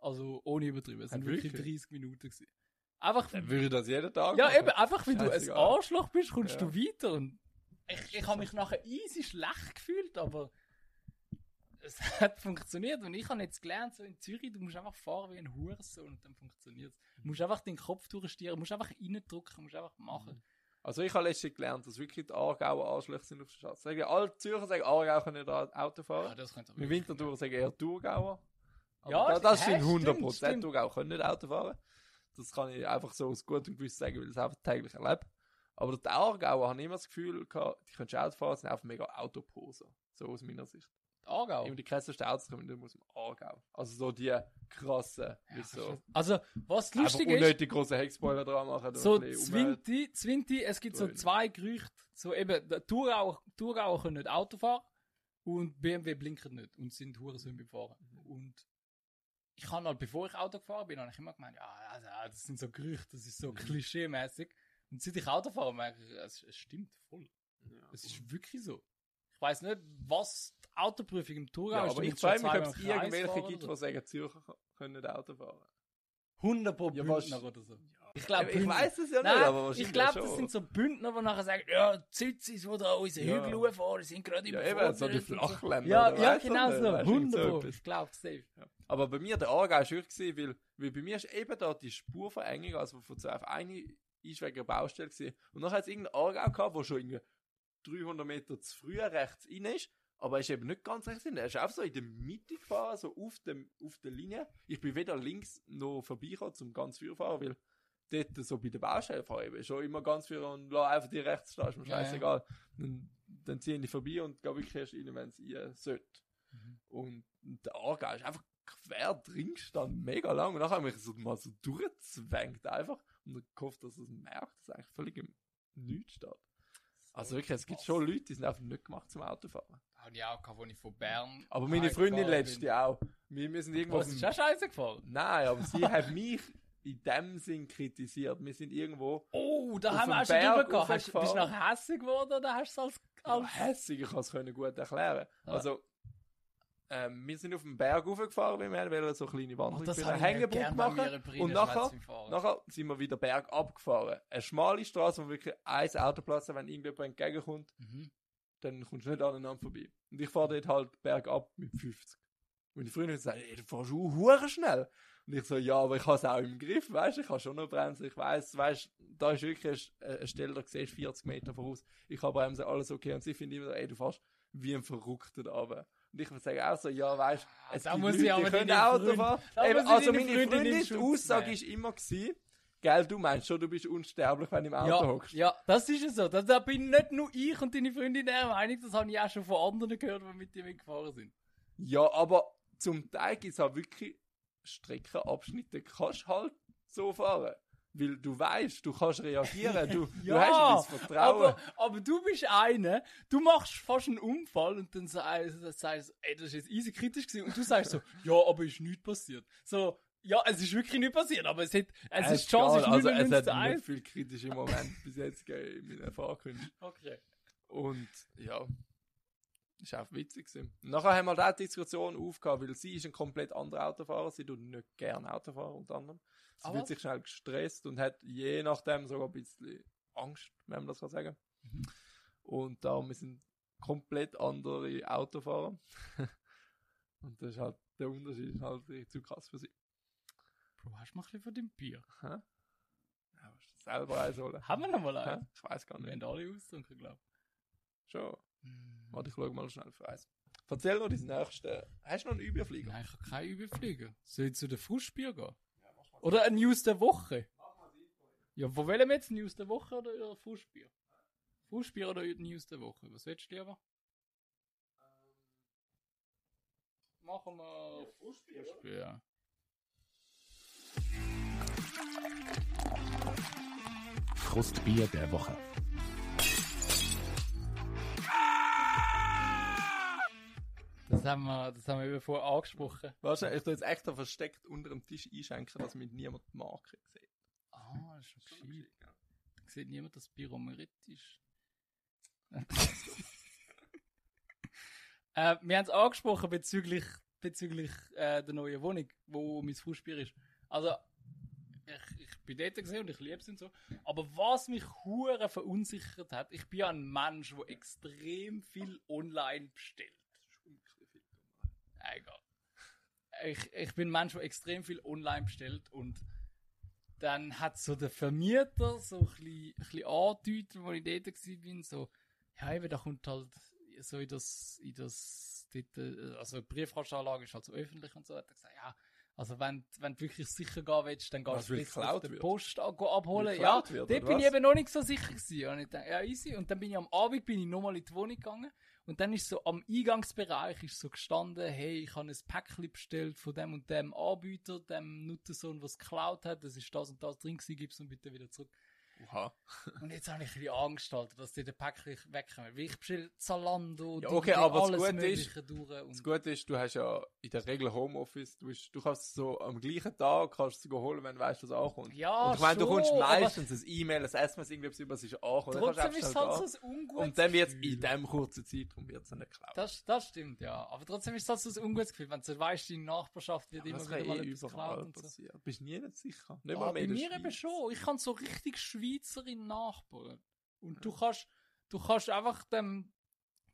Also ohne übertrieben, es
Ja,
sind wirklich
wirklich?
30 Minuten gewesen. Einfach
Dann würde ich das jeden Tag
Ja,
machen.
eben, einfach wenn du ein
Scheißegal.
Arschloch bist, kommst
Ja.
du weiter. Und ich ich habe mich nachher easy schlecht gefühlt, aber es hat funktioniert. Und ich habe jetzt gelernt, so in Zürich, du musst einfach fahren wie ein Hurensohn und dann funktioniert es. Du musst einfach den Kopf durchstieren, musst einfach reindrücken, musst einfach machen.
Also ich habe letztens gelernt, dass wirklich die Aargauer Arschlöcher sind auf der Straße. Sagen, alle Zürcher sagen, Aargau können nicht Ra- Auto
Ja,
fahren.
das könnte
Mit Winterthur sagen eher Thurgauer. Aber
Ja,
da, das
hä,
sind 100
stimmt,
Prozent.
stimmt.
Thurgau können nicht Auto fahren. Das kann ich einfach so aus gutem Gewissen sagen, weil ich es einfach täglich erlebe. Aber die Aargauer haben immer das Gefühl gehabt, die können Auto fahren, sind einfach mega Autoposer. So aus meiner Sicht.
Aargau.
Immer die krassesten Autos kommen nicht aus dem Aargau. Also so die krassen, wie
Ja,
so.
Also, was
Einfach
lustig ist,
unnötig große Heckspoiler dran machen. und
so
ein bisschen Umwelt-
Zwinti, Zwinti, es gibt so
Dröhnen.
zwei Gerüchte. So eben, der Thurauer, Thurauer können nicht Auto fahren und BMW blinken nicht und sind Hurensohn beim Fahren.
Mhm.
Und ich habe halt, bevor ich Auto gefahren bin, habe ich immer gemeint, ja, also, ah, das sind so Gerüchte, das ist so
Mhm.
klischee-mäßig. Und seit ich Auto fahre, merke ich, es, es stimmt voll. Es ist wirklich so. Ich weiß nicht, was die Autoprüfung im Thurgau
Ja,
ist.
aber
du
ich
musst schon
frage mich, ob
zweimal
es
im Kreis
irgendwelche
fahren
gibt,
oder
die sagen, Zürcher können nicht Auto fahren.
100 Pro
Ja,
Bündner
was-
oder so. Ich glaube,
ich weiß es ja nicht,
Nein,
aber wahrscheinlich
ich glaube,
schon.
das sind so Bündner, die nachher sagen, ja, die Zützis, die da unsere
Ja.
Hügel hochfahren, sind gerade
ja, eben,
überfordert
so die
und so.
Flachländer.
Ja,
oder
ja
weiss
genau
nicht,
so,
weißt du, irgend so
100 Pro.
etwas.
Ich glaube, safe.
Aber bei mir, der Aargau war schwierig, gewesen, weil, weil bei mir ist eben da die Spurverengung, also von 2 auf 1 ist wegen einer Baustelle gewesen. Und dann hat es irgendeinen Aargau gehabt, der schon irgendwie 300 Meter zu früh rechts rein ist, aber er ist eben nicht ganz rechts rein. Er ist einfach so in der Mitte gefahren, so auf, dem, auf der Linie. Ich bin weder links noch vorbeigekommen, zum ganz früh zu fahren, weil dort so bei der Baustelle fahren eben schon immer ganz früh und lass einfach die rechts stehen, ist mir
Ja, ja.
scheißegal. Dann, dann ziehen die vorbei und gehen wirklich erst rein, wenn es ihr sollte.
Mhm.
Und der Aargau ist einfach quer drin gestanden, mega lang. Und dann habe ich mich so mal so durchgezwängt einfach und dann gehofft, dass er es merkt, dass eigentlich völlig im Nichts steht. Also wirklich, es gibt schon Leute, die sind einfach nicht gemacht zum Autofahren.
Habe ich auch gehabt, wo ich von Bern.
Aber meine
heimgefahren
Freundin
bin.
letzte auch. Wir müssen irgendwo.
Was
auf
ist
dem-
auch scheiße gefallen?
Nein, aber sie hat mich in dem Sinn kritisiert. Wir sind irgendwo.
Oh, da
Auf
haben wir
dem
auch schon
Berg
drüber gehabt. Hast, bist du
raufgefahren.
noch hässig geworden oder hast du es
Aber
als.
hässig, ich kann es können gut erklären.
Ja.
Also, ähm, wir sind auf den Berg hochgefahren, weil wir wollten so kleine Wanderung
Oh, das
bei
habe
einer
ich nicht
Hängebrücke
gern, wenn
machen.
wir über
Und nachher,
Rheinschmelz fahren.
nachher sind wir wieder bergab gefahren. Eine schmale Straße, wo wirklich ein Auto Platz hat, wenn irgendjemand entgegenkommt.
Mhm.
dann kommst du nicht aneinander vorbei. Und ich fahre dort halt bergab mit 50. Und die Freundin sagt, ey, du fährst auch hure schnell. Und ich so, ja, aber ich habe es auch im Griff, weißt du, ich habe schon noch Bremsen, ich weiß, weißt du, da ist wirklich eine, eine Stelle, da siehst du 40 Meter voraus, ich habe Bremsen, alles okay. Und sie finden immer so, ey, du fährst wie ein Verrückter da runter. Und ich sage auch so, ja, weißt du, es
da
gibt
muss ich
Leute,
aber
die können
deine
Auto
Freundin-
fahren.
da
Eben,
muss ich
Also
deine
meine
Freundin in
Freundin, die
Schutz
Aussage
nehmen.
war immer, gewesen, gell, du meinst schon, du bist unsterblich, wenn du im Auto
Ja,
hockst.
ja, das ist es so. Da, da bin nicht nur ich und deine Freundin der Meinung, das habe ich auch schon von anderen gehört, die mit dir mitgefahren sind.
Ja, aber zum Teil gibt es auch wirklich Streckenabschnitte, kannst halt so fahren. Weil du weißt, du kannst reagieren, du, du hast ein bisschen Vertrauen.
aber, aber du bist einer, du machst fast einen Unfall und dann sagst dann sagst du, ey, das ist jetzt easy kritisch gewesen und du sagst so, ja, aber ist nichts passiert. So, ja, es ist wirklich nicht passiert, aber es hat, es ist die Chance,
egal,
ist
also es
99
hat
zu
nicht
1.
viel kritische Momente bis jetzt gegeben in meiner Fahrkunst.
Okay.
Und ja, ist auch witzig gewesen. Und Nachher haben wir da die Diskussion aufgehabt, weil sie ist ein komplett anderer Autofahrer, sie tut nicht gerne Autofahren unter anderem. Sie
Ah,
fühlt
was?
sich schnell gestresst und hat je nachdem sogar ein bisschen Angst, wenn man das kann sagen.
Mhm.
Und da wir sind komplett andere Autofahrer. und das ist halt, der Unterschied ist halt richtig zu krass für sie.
Bro, hast du mal ein bisschen von dem Bier?
Ja, musst du selber einholen.
Haben wir noch mal
Hä?
einen?
Ich weiß gar
Wir
nicht.
haben alle ausgetrunken, glaube
Schon.
ich.
Warte, ich schau mal schnell für eins. Erzähl noch deinen nächsten. Hast du noch einen Überflieger?
Nein, ich kann keinen Überflieger. Soll ich zu den Fußspiel gehen? Oder ein News der Woche? Ja, wo wählen wir jetzt? News der Woche oder oder Fußspiel? Fußspiel oder News der Woche? Was willst du lieber? Machen wir Fußspiel. Ja.
Frustbier der Woche.
Das haben wir, das haben wir eben vorher angesprochen.
Wahrscheinlich, ich tu jetzt echt da versteckt unter dem Tisch einschenken, dass mit niemand die Marke sieht.
Ah, ist schon gescheit. Da sieht niemand, dass Pyromerit ist. äh, wir haben es angesprochen bezüglich, bezüglich äh, der neuen Wohnung, wo mein Fußspiel ist. Also, ich, ich bin dort gesehen und ich liebe es und so. Aber was mich hure verunsichert hat, ich bin ja ein Mensch, der extrem viel online bestellt. Egal. Ich, ich bin ein Mensch, der extrem viel online bestellt und dann hat so der Vermieter so ein bisschen, ein bisschen angedeutet, wo ich dort war, so, ja eben, da kommt halt so in das, in das, dort, äh, also die Briefkastenanlage ist halt so öffentlich und so, hat er gesagt, ja, also wenn, wenn du wirklich sicher gehen willst, dann gehst
Was,
du
weil
besser auf
geklaut
den
wird?
Post an- go abholen.
Weil
Ja,
geklaut wird,
dort
oder
bin ich
was?
eben noch nicht so sicher gewesen. Und ich dachte, ja, easy. Und dann bin ich am Abend bin ich nochmal in die Wohnung gegangen. Und dann ist so am Eingangsbereich ist so gestanden, hey, ich habe ein Päckchen bestellt von dem und dem Anbieter, dem Nuttensohn, was geklaut hat. Das ist das und das drin gewesen, gib's und bitte wieder zurück.
Oha.
Und jetzt habe ich ein bisschen Angst, Alter, dass die den Päckchen wegkommen. Weil ich bestelle Zalando,
Ja,
die-
okay,
die
aber das
alles
Gute
Mögliche durch. Und
Das Gute ist, du hast ja in der Regel Homeoffice, du, bist, du kannst so am gleichen Tag kannst du sie holen, wenn du weißt, dass es ankommt.
Ja,
Und ich meine, du
schon,
kommst
aber-
meistens ein E-Mail, ein SMS, irgendwas über, es ist angekommen. dann kannst du
trotzdem ist
einfach
es
schnell
halt
gehen.
so ein ungutes
Und dann wird
Gefühl.
in diesem kurzen Zeitraum wird's dann geklaut.
Das, das stimmt, ja. Aber trotzdem ist das so ein ungutes Gefühl, wenn du weißt, deine Nachbarschaft wird
Aber
immer
das
wieder
kann
mal
eh
etwas geklaut
überall
und so.
passieren. Bist nie nicht sicher. Nicht
Ah,
mal mehr
bei
in der
mir eben
Schweiz.
schon. Ich kann so richtig Schweizerin Nachbarn. Und du kannst, du kannst einfach dem,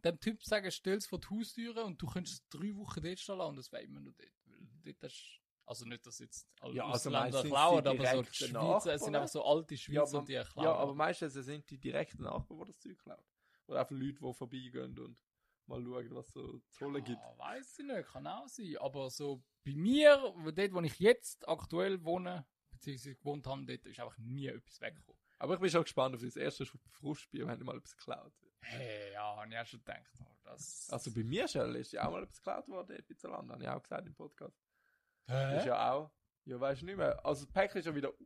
dem Typ sagen, stell's vor die Haustüre und du könntest es drei Wochen dort stehen lassen und das wäre immer noch dort. Weil dort hast, also nicht, dass jetzt alle
Ja, also
Ausländer
meistens sind
klauen,
sie
aber so die Schweizer,
direkte
es sind
Nachbarn.
einfach so alte
Ja,
Schweizer,
aber,
die klauen.
ja, aber meistens sind die direkten Nachbarn, die das Zeug klauen. Oder einfach Leute, die vorbeigehen und mal schauen, was so zu holen gibt.
Ah, weiß ich nicht, kann auch sein. Aber so bei mir, wo- dort, wo ich jetzt aktuell wohne, beziehungsweise gewohnt habe, dort ist einfach nie etwas weggekommen.
Aber ich bin schon gespannt auf das erste Frustspiel, wenn mal etwas geklaut wird.
Hey, ja, habe ich auch schon gedacht. aber Das
Also bei mir schon ist ja auch mal etwas geklaut worden, dort bei Zalando, habe ich auch gesagt im Podcast.
Hä?
Ist ja auch, ja weiß nicht mehr. Also das Päckchen ist ja wieder
Ah,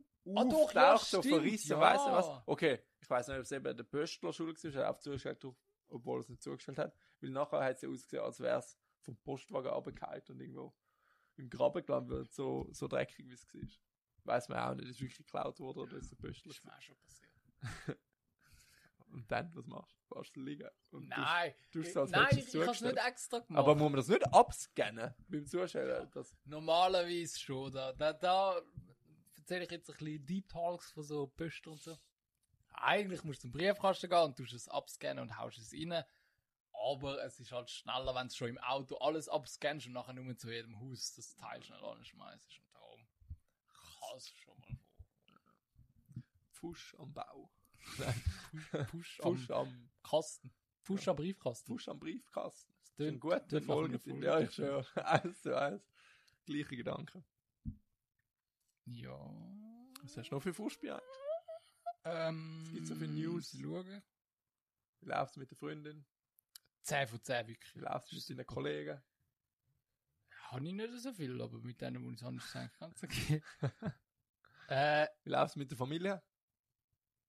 doch,
auftaucht,
ja,
so
stimmt,
verrissen,
ja.
weiss ich was. Okay, ich weiss nicht, ob es eben der Pöstlerschule war, er hat auch zugestellt, durch- obwohl er es nicht zugestellt hat. Weil nachher hat es ja ausgesehen, als wäre es vom Postwagen runtergefallen und irgendwo im Graben gelandet, so, so dreckig wie es war. Weiss man auch nicht, ist wirklich geklaut worden oder ist es ein Pöstler?
Das ist mir auch schon passiert.
Und dann, was machst du? Fährst du liegen? Und
Nein,
du hast es als
nein,
letztes
ich, ich habe es nicht
zugestellt.
extra gemacht.
Aber muss man das nicht abscannen beim Zustellen? Das,
Normalerweise schon. Da, da, da erzähle ich jetzt ein bisschen Deep Talks von so Post und so. Eigentlich musst du zum Briefkasten gehen und tust es abscannen und haust es rein. Aber es ist halt schneller, wenn du schon im Auto alles abscannst und nachher nur zu jedem Haus das Teil schnell anschmeißt. Und darum kann es schon mal
Pfusch am Bau.
vor. Push,
Pfusch
am
am,
Kasten. Push am Briefkasten.
Pfusch am Briefkasten.
Das
Das ist
tönt-
ein guter
tönt nach einer
Folge.
Folge.
Ja, ich schwöre. Eins zu eins. Gleiche Gedanken.
Ja.
Was hast du noch für Fußspiel?
Ähm,
gibt's so für News?
Schauen.
Wie läuft es mit der Freundin?
10 von 10 wirklich.
Wie läuft es mit deinen Kollegen?
Habe ich nicht so viel, aber mit denen, die ich sonst sagen kann, ist okay. äh,
Wie läuft es mit der Familie?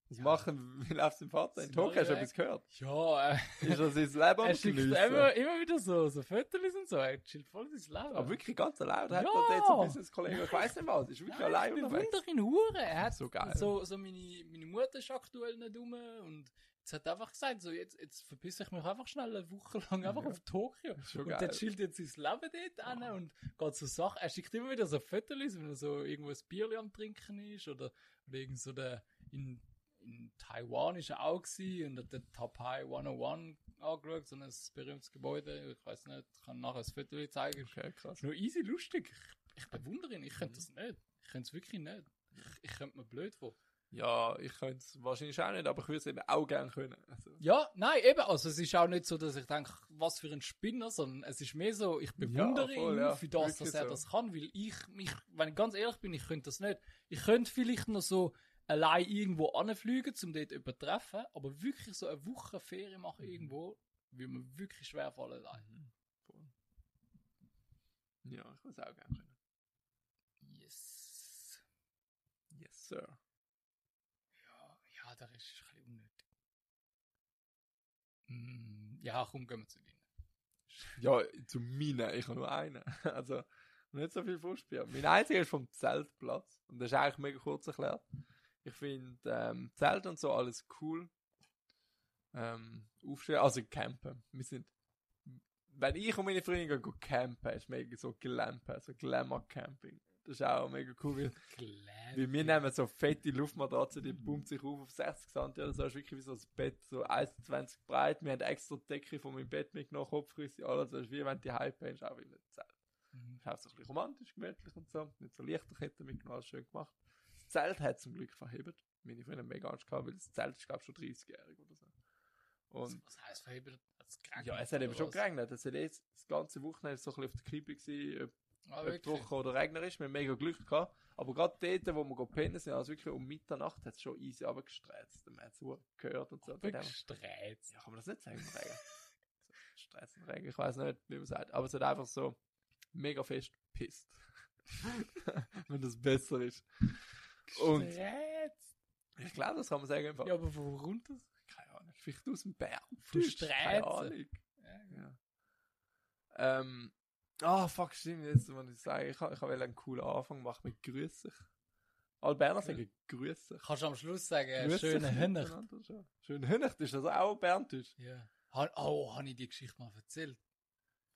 Was
Ja.
machen? Wie läuft es mit dem Vater? In
Sind
Tokio
alle
hast du
weg?
etwas gehört?
ja, äh,
Ist das sein Leben am
er schickt
Geniessen?
immer, immer wieder so, so Fotos und so, er chillt voll sein Leben.
Aber wirklich ganz allein. Da hat
Ja.
er jetzt ein Business-Kollege. Ich weiß nicht was. Ist wirklich
Nein,
allein
ich
unterwegs.
bewundere ihn Huren. Er hat
So
so,
geil.
so, meine, meine Mutter ist aktuell nicht rum und jetzt hat er einfach gesagt, so jetzt, jetzt verpisse ich mich einfach schnell eine Woche lang einfach
Ja.
auf Tokio.
Ist schon
und
geil.
dann chillt jetzt sein Leben dort an und geht so Sachen. Er schickt immer wieder so Fotos, wenn er so irgendwo ein Bierli am Trinken ist oder, oder irgend so der in, in Taiwan ist er auch gewesen und hat den Tapai 101 angeschaut, so ein berühmtes Gebäude. Ich weiß nicht, ich kann nachher ein Foto zeigen. Ist
Okay, krass.
ist nur easy lustig. Ich, ich bewundere ihn, ich könnte das nicht. Ich könnte es wirklich nicht. Ich, ich könnte mir blöd vor.
Ja, ich könnte es wahrscheinlich auch nicht, aber ich würde es eben auch gerne können. Also,
Ja, nein, eben. Also es ist auch nicht so, dass ich denke, was für ein Spinner, sondern es ist mehr so, ich bewundere
Ja, voll,
ihn
ja.
für das,
Wirklich
dass er
so.
das kann, weil ich mich, wenn ich ganz ehrlich bin, ich könnte das nicht. Ich könnte vielleicht noch so allein irgendwo anfliegen, um dort übertreffen, aber wirklich so eine Woche Ferien machen irgendwo, würde mir wirklich schwer fallen lassen.
Mhm. Voll. Ja, ich würde es auch gerne können. Mhm.
Yes.
Yes, Sir.
Ja, ja, der Rest ist ein bisschen unnötig. Mm, ja, komm, gehen wir zu dir.
Ja, zu meinen, ich habe nur einen. Also, nicht so viel Fußspiel. Mein einziger ist vom Zeltplatz. Und das ist eigentlich mega kurz erklärt. Ich finde ähm, Zelt und so alles cool. Ähm, aufstehen, also campen. Wir sind, wenn ich und meine Freunde gehen campen, ist mega so Glampen, so Glamour-Camping. Das ist auch mega cool, weil Weil wir nehmen so fette Luftmatratze, die pumpt sich auf auf 60 cm oder so. Das ist wirklich wie so ein Bett, so 1,20 breit. Wir haben extra die Decke von meinem Bett mitgenommen, Kopfrisse, alles. Das ist wie wenn die Hype hast, auch in der Zelt.
Mhm.
Ist auch so ein bisschen romantisch, gemütlich und so. Mit so Lichterketten mitgenommen, genau alles schön gemacht. Das Zelt hat zum Glück verhebt. Meine Freunde haben mega Angst gehabt, weil das Zelt ist, glaube ich, schon 30-jährig oder so. Und
was heißt verhebelt? Hat's geregnet
ja, es hat eben
oder
schon
was?
geregnet. Es hat jetzt das ganze Wochenende so ein bisschen auf der Kippe gewesen, ob
Ah,
ob
wirklich?
trocken oder regnerisch. Wir haben mega Glück gehabt. Aber gerade dort, wo wir go pennen sind, also wirklich um Mitternacht, hat es schon easy runtergestreizt. Man hat es gehört und so. Dann haben wir-
Abgestreizt.
Ja, kann man das nicht sagen, im Regen? So, Streizen im Regen, ich weiß nicht, wie man sagt. Aber es hat einfach so mega fest gepisst. Wenn das besser ist. Und-
Gestreizt?
Ich glaube, das kann man sagen einfach.
Ja, aber wo kommt das?
Keine Ahnung. Vielleicht aus dem Berg.
Von
Deutsch, Keine
Streizen.
Ahnung.
Ja, genau.
Ja. Ähm. Ah, fuck, stimmt, jetzt muss ich sagen, ich, ha- ich wollte einen coolen Anfang machen mit Grüß dich. Alle Berner sagen Grüß dich.
Kannst du am Schluss sagen, äh,
Grüß dich
schöne Hönner.
miteinander, schon. Schöne Hönnacht, ist das auch Berndeutsch?
Ja. Ha- Oh, habe ich die Geschichte mal erzählt?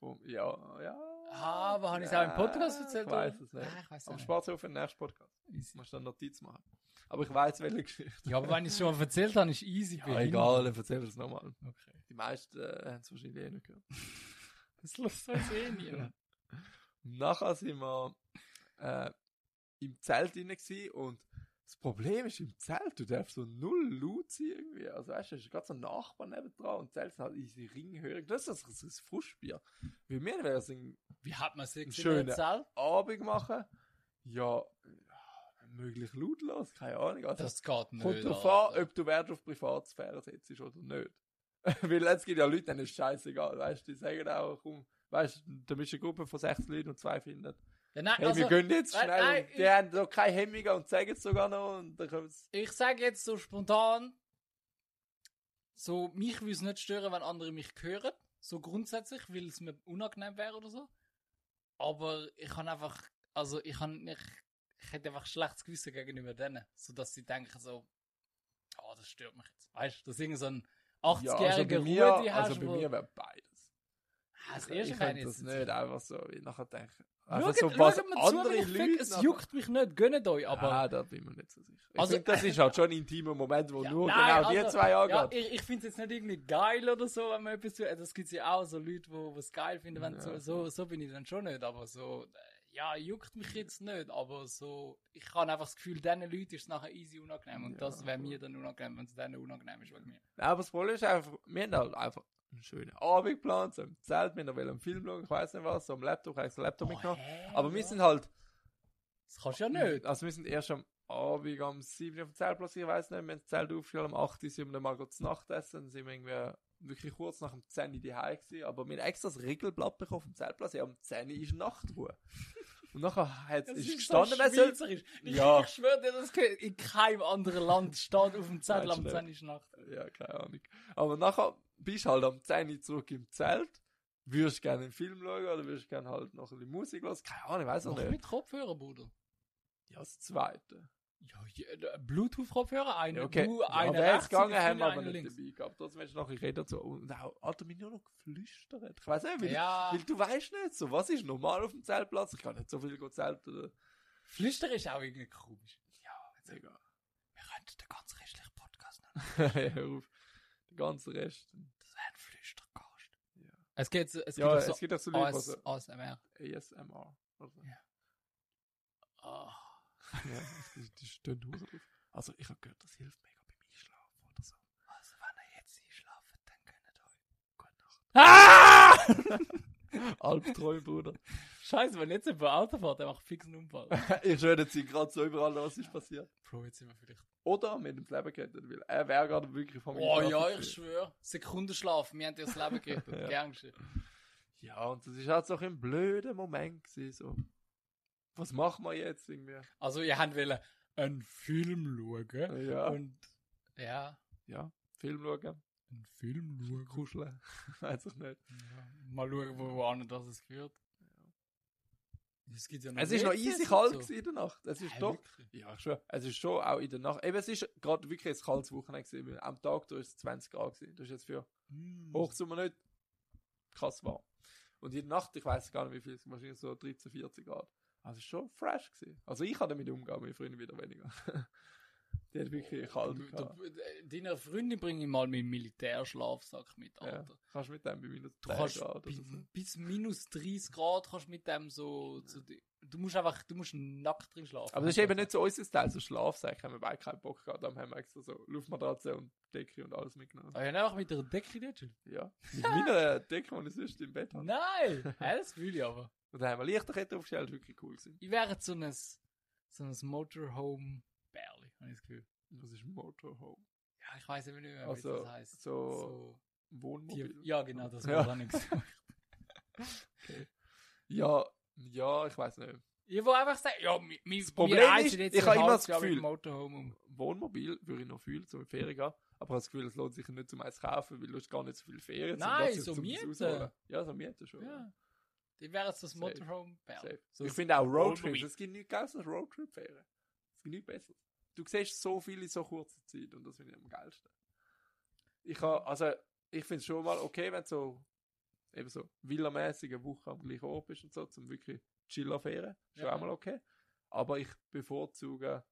Vom- Ja, ja.
Ah, aber habe ich es auch im Podcast erzählt?
Ich weiß es
oder?
nicht.
Ah, ich weiß
Aber
es
spart es auf den nächsten Podcast.
nicht.
Du musst dann Notiz machen. Aber ich weiß, welche Geschichte.
Ja, aber wenn ich es schon mal erzählt habe, ist easy.
Ja,
behindert.
egal, dann erzähl es nochmal.
Okay.
Die meisten äh, haben es wahrscheinlich eh nicht gehört.
Das lässt sich eh nie.
Nachher sind wir äh, im Zelt drin gewesen und das Problem ist, im Zelt, du darfst so null laut sein irgendwie. Also weißt du, da ist gerade so ein Nachbar nebendran und Zelt sind halt diese Ringhörig. Das ist so ein Frustbier. Wie mir wäre es ein
Wie hat man es jetzt
Schöne.
Zelt?
Abend machen, ja, ja, möglich laut los, keine Ahnung. Also,
Das geht nicht.
kommt drauf
Alter.
an, ob du Wert auf Privatsphäre setzt oder nicht. Weil es gibt ja Leute, denen ist scheißegal. Weißt du, die sagen auch, komm, weißt du, da bist du eine Gruppe von sechs Leuten und zwei finden,
Ja, nein,
Hey, wir
also,
gehen jetzt
nein,
schnell.
nein,
und
ich-
die haben so keine Hemmungen und zeigen es sogar noch. Und dann kommen sie.
ich sage jetzt so spontan, so, mich würde es nicht stören, wenn andere mich hören. So grundsätzlich, weil es mir unangenehm wäre oder so. Aber ich kann einfach, also ich kann nicht, ich hätte einfach schlechtes Gewissen gegenüber denen, sodass sie denken so, oh, das stört mich jetzt. Weißt du, dass irgend so ein 80-jähriger
also bei mir,
Rudi hast,
also bei
wo-
mir wäre beides.
Ah, das
ich
erste
ich
meine
könnte
ich
das
jetzt
nicht einfach so, wie nachher denken.
Also
Einfach
schaut,
so, was
schaut mir zu,
andere
wenn ich
Leute
fick, es
nachher-
juckt mich nicht, gönnt euch, aber...
Ah, da bin ich mir nicht so sicher. Ich
Also-
find, das ist halt schon ein intimer Moment, wo
Ja,
nur
nein,
genau die
also,
zwei angeht.
Ja, ich, ich finde es jetzt nicht irgendwie geil oder so, wenn man etwas tut. Also, Das gibt es ja auch, so Leute, die es geil finden, wenn so,
Ja.
so, so bin ich dann schon nicht, aber so, äh, ja, juckt mich jetzt nicht, aber so, ich habe einfach das Gefühl, diesen Leuten ist es nachher easy unangenehm und
Ja,
das wäre
aber-
mir dann unangenehm, wenn es denen unangenehm ist wegen mir.
Nein, aber das Problem ist einfach, wir haben halt einfach einen schönen Abend geplant, so im Zelt, wir haben noch einen Film schauen, ich weiß nicht was, so am Laptop, ich habe den Laptop mitgenommen.
hä,
Aber
Oh, ja.
wir sind halt,
Das kannst du ja nicht.
also wir sind erst am Abend am 7 Uhr auf dem Zeltplatz, ich weiß nicht, wir haben das Zelt aufgestellt, am 8 Uhr sind wir dann mal kurz Nacht essen, dann sind wir irgendwie wirklich kurz nach dem 10 Uhr daheim gewesen, aber wir haben extra das Regelblatt bekommen vom Zeltplatz, ja, am 10 Uhr ist Nachtruhe. Und nachher hat's, ist gestanden, wer soll
Schweizerisch. Ich,
Ja.
ich schwöre dir, das gehört in keinem anderen Land steht auf dem Zettel am
Nein,
10. Uhr Nacht.
Ja, keine Ahnung. Aber nachher bist du halt am 10 Uhr zurück im Zelt, würdest gerne einen Film schauen oder würdest gerne halt noch ein bisschen Musik hören. Keine Ahnung, ich weiß auch
Noch
nicht.
mit Kopfhörer, Bruder.
Ja, das Zweite.
Ja, ja, Bluetooth-Kopfhörer, einen
Ja, okay.
du,
ja,
einen
wäre jetzt
rechts,
gegangen,
ich
haben
finde
wir aber
einen
nicht
links.
dabei gehabt. Trotzdem hast du nachher geredet dazu. Und auch, hat er mich nur noch geflüstert. Ich weiß nicht, weil,
Ja,
weil du weißt nicht so, was ist normal auf dem Zeltplatz? Ich kann nicht so viel go Zelt oder...
Flüstern ist auch irgendwie komisch. Ja,
Ist egal.
wir könnten den ganz restlichen Podcast nennen.
Hör auf. Den ganzen Rest.
Das wäre ein Flüstercast. Es geht, so- es
Ja,
geht
es
so
gibt auch so Leute, die
AS,
so
ASMR.
ASMR. Oder so.
Oh.
Ja, die, die stehen Hure drauf. Also ich habe gehört, das hilft mega beim Einschlafen oder so.
Also, wenn ihr jetzt einschlaft, dann könnt ihr
Ah! Albträume, Bruder.
Scheiße, wenn jetzt jemand Auto fährt, der macht fix einen Unfall.
ich schwöre, sie gerade so überall, was ist passiert.
Bro, jetzt sind wir vielleicht.
Oder mit dem Leben gerettet, weil er wäre gerade wirklich vom
Oh
Einschlafen
ja, ich
gewesen.
schwöre. Sekundenschlaf, wir haben dir das Leben gerettet.
Ja.
Gern geschehen.
Ja, und das ist halt so ein blöder Moment gewesen, so. Was machen wir jetzt irgendwie?
Also, ihr habt wollen einen Film schauen.
Ja,
Und, ja,
ja. Film schauen,
einen Film schauen.
kuscheln, weiß ich nicht.
Ja, mal schauen, wo, wo an das es führt. Es, gibt ja
Es ist noch
Witze
easy
und
kalt
so.
gewesen in der Nacht. Es ist
Hey,
doch
wirklich?
Ja, ich schwör. Es ist schon auch in der Nacht. Eben, es ist gerade wirklich ein kaltes Wochenende gewesen. weil Am Tag da ist es 20 Grad gewesen. Das ist jetzt für
Mm.
Hochsommer nicht krass warm. Und in der Nacht, ich weiß gar nicht wie viel, es ist, wahrscheinlich so 13, 14 Grad. Also es ist schon fresh gewesen. Also ich kann damit umgehen, meine Freunde wieder weniger. Die hat wirklich kalt
Oh, Du-
gehabt.
du- de- Deiner Freundin bringe ich mal meinen Militärschlafsack mit,
Ja,
Alter.
kannst mit dem bei minus
Du
10
kannst
Grad oder
bi-
so.
bis minus 30 Grad kannst mit dem so. so die- du musst einfach, du musst nackt drin schlafen.
Aber das ist eben nicht so unser Teil, so Schlafsäcke haben wir beide keinen Bock gehabt, dann haben wir extra so Luftmatratze und Decke und alles mitgenommen.
Ah, ja, einfach mit der Decke dort. chillen.
Ja. Mit meiner Decke, die ich sonst im Bett habe.
Nein! Hä, das fühle ich aber.
Und dann haben wir Lichterkette aufgestellt, wirklich cool gewesen.
Ich wäre jetzt so ein, so ein Motorhome-Bärli, habe ich das Gefühl.
Das ist Motorhome.
Ja, ich weiß eben nicht mehr, wie
Also,
das heißt.
so, Wohnmobil.
Die, ja, genau, das war
Ja.
auch nichts.
Ja, ja, ich weiß nicht.
Ich will einfach sagen, ja, mi- mi- wir
Problem
reisen
ist,
jetzt
ich
ein
habe immer
halbes
das
Jahr mit dem
Gefühl-
Motorhome um.
Wohnmobil würde ich noch viel zum Ferien gehen, aber ich habe das Gefühl, es lohnt sich nicht zum eins kaufen, weil du hast gar nicht so viel Ferien. um
Nein,
das
so
zum
mieten.
rausholen. Ja, so mieten schon.
Ja. Die wäre jetzt das
Safe.
Motorhome Bell.
Safe. ich finde auch Roadtrips,
Wohnmobil.
es gibt nichts geiles als Roadtrip-Ferien. Es gibt nichts besser. Du siehst so viel in so kurzer Zeit und das finde ich am geilsten. Ich habe, also, ich finde es schon mal okay, wenn du so, eben so, villamäßig eine Woche am gleichen Ort bist und so, zum wirklich Chiller-Ferien. Schon
Ja.
auch mal okay. Aber ich bevorzuge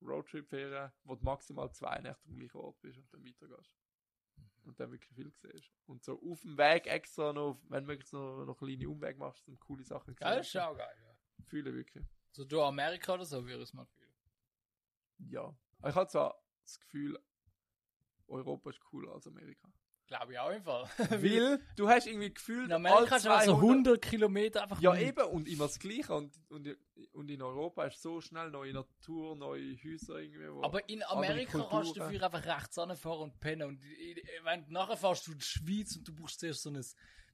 Roadtrip-Ferien, wo du maximal zwei Nächte am gleichen Ort bist und dann weitergehst.
Mhm.
Und dann wirklich viel siehst. Und so auf dem Weg extra noch, wenn möglich, noch, noch kleine Umweg machst, um coole Sachen zu
Geil, ist auch geil. Ja.
Fühle wirklich.
So durch Amerika oder so würde ich es mal fühlen.
Ja. Aber Ich habe zwar das Gefühl, Europa ist cooler als Amerika.
Glaube ich auch im Fall.
Weil du hast irgendwie gefühlt,
In Amerika
alle
hast du einfach so
200
100 Kilometer einfach
Ja,
mit.
eben, und immer das Gleiche. Und, und, und in Europa ist so schnell neue Natur, neue Häuser irgendwie. Wo
Aber in Amerika
Andere
kannst du
Kulturen.
dafür einfach rechts anfahren und pennen. Und i- i- wenn du nachher fährst du in die Schweiz und du brauchst zuerst so ein. Du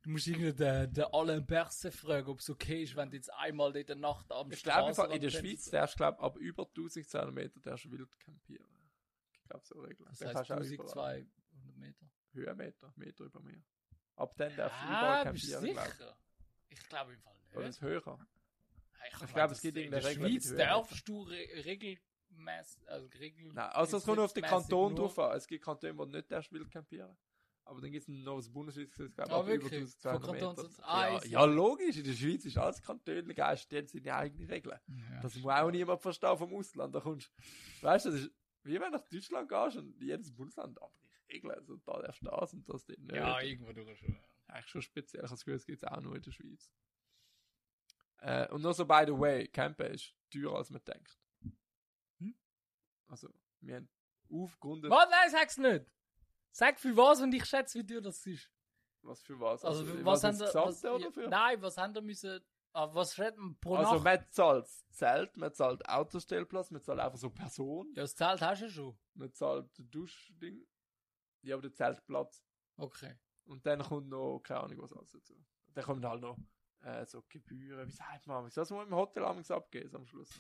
Du musst irgendwie den, den Alain Berset fragen, ob es okay ist, wenn du jetzt einmal in der Nacht am
Ich glaube, im Fall in
Strassenrand
der
pennst.
Schweiz darfst du, glaube ab über 1200 Meter darfst du wild campieren. Ich glaube, so Regeln.
Das
Dann
heißt
kannst du auch überall.
1200 Meter.
Höhenmeter, Meter über mir. Ab dann darfst du überall
Ah, bist du
campieren. glaub ich.
sicher? Ich glaube im Fall nicht.
Oder ist höher.
ich glaub,
glaube,
das-
es gibt
in der
irgendeine Regel mit
Schweiz
Höhenmeter.
darfst du re regelmäßig, also regel
Nein, also es kommt auf den Kanton
nur-
drauf an. Es gibt Kantone, wo du nicht darfst wild campieren. Aber dann gibt es noch das Bundesgesetz, glaube ich,
Ah,
ab über
wirklich?
1200
Von
Meter.
Kanton zu- Ah,
ja,
ist-
ja, logisch. In der Schweiz ist alles Kantone, geil, die haben seine eigenen Regeln.
Ja.
Das muss auch niemand verstehen vom Ausland. Da kommst, weißt du, das ist wie wenn du nach Deutschland gehst und jedes Bundesland aber ich regle. Also da darfst du das und das dort nicht.
ja, irgendwo durch schon.
Eigentlich schon speziell. Ich habe das Gefühl, das gibt es auch nur in der Schweiz. Äh, und nur so, by the way, Campen ist teurer als man denkt.
Hm?
Also, wir haben aufgrund
Mann, nein, sag's nicht! Sag für was und ich schätze, wie teuer das ist.
was für was.
Also,
für
was, haben
das
sie.
Gesamte
Was, ja,
oder für?
Nein, was haben sie müssen. Ah, was schreibt man pro
also,
Nacht?
man zahlt das Zelt, man zahlt Autostellplatz, man zahlt einfach so Person,
ja, das Zelt hast du ja schon.
man zahlt Duschding. Ja, aber der Zeltplatz.
Okay.
Und dann kommt noch, keine Ahnung, was alles dazu. Dann kommen halt noch äh, so Gebühren, wie sagt man, amigs? das muss man im Hotel amigs abgeben, so am Schluss.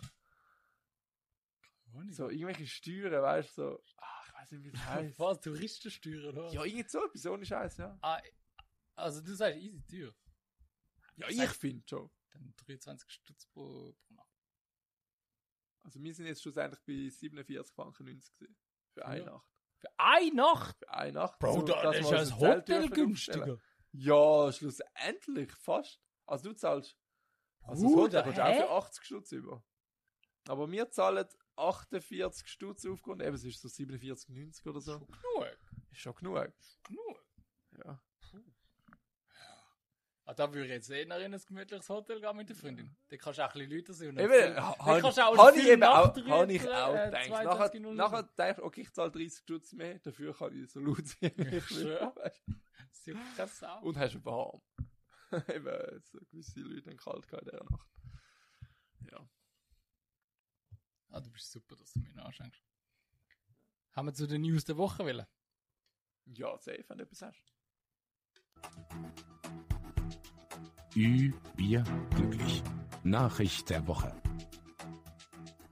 So irgendwelche Steuern, weißt du, so, ah, ich weiß nicht, wie das heißt.
Was, Touristensteuer, oder? was?
Ja, irgend so etwas, ohne Scheiß, ja.
Ah, also, du sagst easy teuer.
Ja,
Sag-
ich finde schon.
Dann 23 Stutz pro, pro Nacht.
Also, wir sind jetzt schlussendlich bei 47 Franken 90 gewesen. Für eine
Ja.
Nacht.
Für eine Nacht?
Für eine Nacht.
Bro,
so,
da
dass
ist
wir
ja also,
uns
das
Zelt
Hotel
dürfen aufstellen.
günstiger.
Ja, schlussendlich, fast. Also, du zahlst. Also, das
Bruder,
Hotel kommst du auch
hä?
für 80 Stutz über. Aber wir zahlen 48 Stutz aufgrund, eben, es ist so 47, 90 oder so.
Genug,
Ist schon genug.
genug.
Ja.
Ah, da würde ich jetzt eher in ein gemütliches Hotel gehen mit der Freundin. Da kannst du auch ein bisschen Leute sein. und einen
Eben,
Film-
ha-
Dann kannst du auch
habe
einen
ich
Film
eben auch,
nachdrehen,
habe ich auch
äh,
gedacht.
22
Nachher,
Minuten.
nachher dachte ich, okay, ich zahle 30 Stutz mehr, dafür kann ich so laut sein. wie ich will,
Ja.
weißt
Das juckt keine Sau.
du. Und hast warm. eben, so gewisse Leute haben kalt gehabt in dieser Nacht. Ja.
Ah, du bist super, dass du mir anschenkst. Haben wir zu den News der Woche wollen?
Ja, safe, wenn du etwas hast.
Ü, Bier, glücklich. Nachricht der Woche.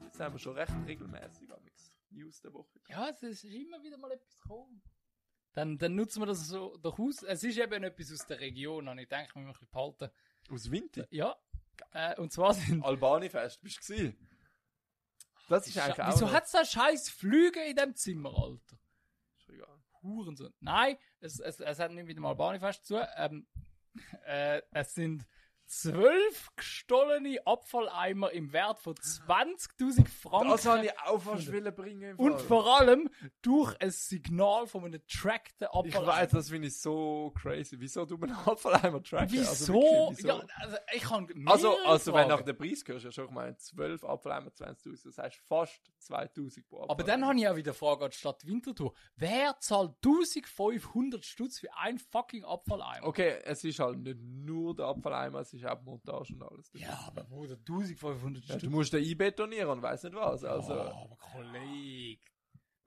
Jetzt haben wir schon recht regelmäßig amigs News der Woche.
Ja, es ist immer wieder mal etwas gekommen. Dann, dann nutzen wir das so doch aus. Es ist eben etwas aus der Region, und ich denke, wir müssen ein bisschen behalten.
Aus Winti.
Ja, äh, und zwar sind...
Albani-Fest, bist du gewesen? Das ist eigentlich auch.
Wieso
noch-
hat es da scheiß Flüge in dem Zimmer, Alter?
Ist egal.
Hurensohn. Nein, es, es, es hat nicht mit dem Albanifest zu tun. Ähm, äh, es sind zwölf gestohlene Abfalleimer im Wert von 20.000 Franken.
Das wollte ich auch fast wollen bringen. im
und
Fall.
vor allem durch ein Signal von einem trackten
Ich
Abfalleimer.
weiß, das finde ich so crazy. Wieso du einen Abfalleimer tracken? Also,
Wieso?
wirklich, wieso?
Ja, also ich kann
also, also wenn nach dem Preis gehörst, ja schon, ich meine, 12 Abfalleimer 20.000, das heißt fast 2.000 pro
Aber dann
habe
habe ich auch wieder eine Frage an die Stadt Winterthur. Wer zahlt 1500 Stutz für einen fucking Abfalleimer?
Okay, es ist halt nicht nur der Abfalleimer, es ist auch die Montage und alles.
Ja, aber Bruder, 1500
Ja,
Stutz.
du musst den einbetonieren und weiss nicht was. Also,
oh, aber Kollege.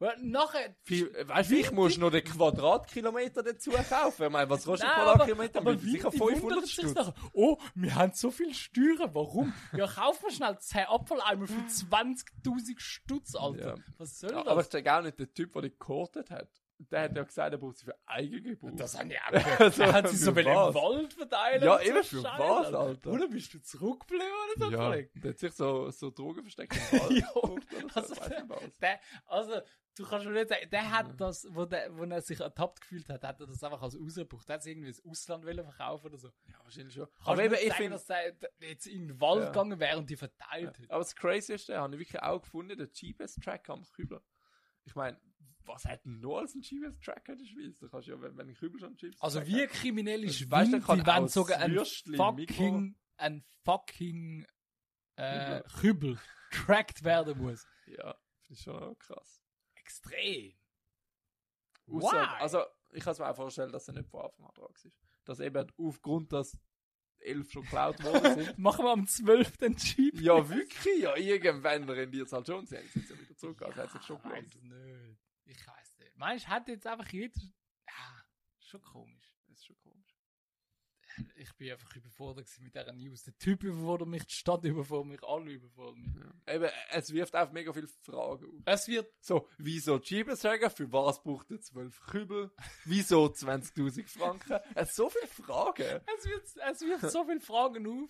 Weil Nachher.
viel, weißt du, äh, ich muss noch den Quadratkilometer dazu kaufen. Ich meine, was kostet ein
Nein,
Quadratkilometer?
aber
Mit
wie
sicher
die
500
wundert sich
Stutz.
nachher, Oh, wir haben so viel Steuern, warum? ja, kaufen wir schnell 10 Apfeleimer für 20.000 Stutz, Alter.
Ja.
Was soll
Ja,
das?
aber ich denke auch nicht, der Typ, der dich gehortet hat, der hat ja gesagt, er braucht sie für Eigengebrauch.
das haben die auch gehört.
Also,
Er hat sie so
für
will im
was?
Wald verteilen.
Ja,
und so
eben, für
Scheiß,
was, Alter?
Oder bist du zurückgeblieben oder so?
Ja,
Kollege?
der hat sich so, so Drogen versteckt im Wald.
Ja,
geguckt oder so,
also-
weiss nicht was.
Der, also, du kannst mir nicht sagen, der
Mhm.
hat das, wo, der, wo er sich ertappt gefühlt hat, hat er das einfach als rausgebracht. Der hat es irgendwie ins Ausland wollen verkaufen oder so.
Ja, wahrscheinlich schon.
Kannst
Aber
du
eben,
nicht
ich
sagen,
finde,
dass der jetzt in den Wald
Ja.
gegangen wäre und die verteilt hätte.
aber das Crazieste habe ich wirklich auch gefunden, der GPS-Tracker am Kübler. Ich meine, was hat denn nur als ein GPS-Tracker in der Schweiz? Da kannst du ja, wenn, wenn ein Kübel schon GPS
Also wie kriminell ist
Also, Weißt du,
Winti,
der kann
wenn
auch
sogar
das
ein
Würstchen,
fucking, ein fucking äh, Kübel tracked werden muss.
Ja, finde ich schon auch krass.
Extrem. Why?
Ausland, also, ich kann es mir auch vorstellen, dass er nicht von Anfang an dran war. Dass eben aufgrund, dass elf schon geklaut worden sind.
Machen wir am 12. den Jeep.
ja, wirklich, ja, irgendwann rendiert es halt schon. Sie haben es jetzt ja wieder zurück, also hat sich schon
ich
gelohnt.
Ah, weiß nicht. Ich weiß nicht. Meinst du, hat jetzt einfach jeder... Ah, schon komisch.
Das ist schon komisch.
ich bin einfach überfordert gewesen mit dieser News. Der Typ überfordert mich, die Stadt überfordert mich, alle überfordern mich.
Eben, äh, es wirft auch mega viele Fragen auf.
Es wird
So, wieso Jeepenträger? Für was braucht er 12 Kübel? Wieso 20.000 Franken? Es hat so viele Fragen.
Es wirft, es wirft so viele Fragen auf.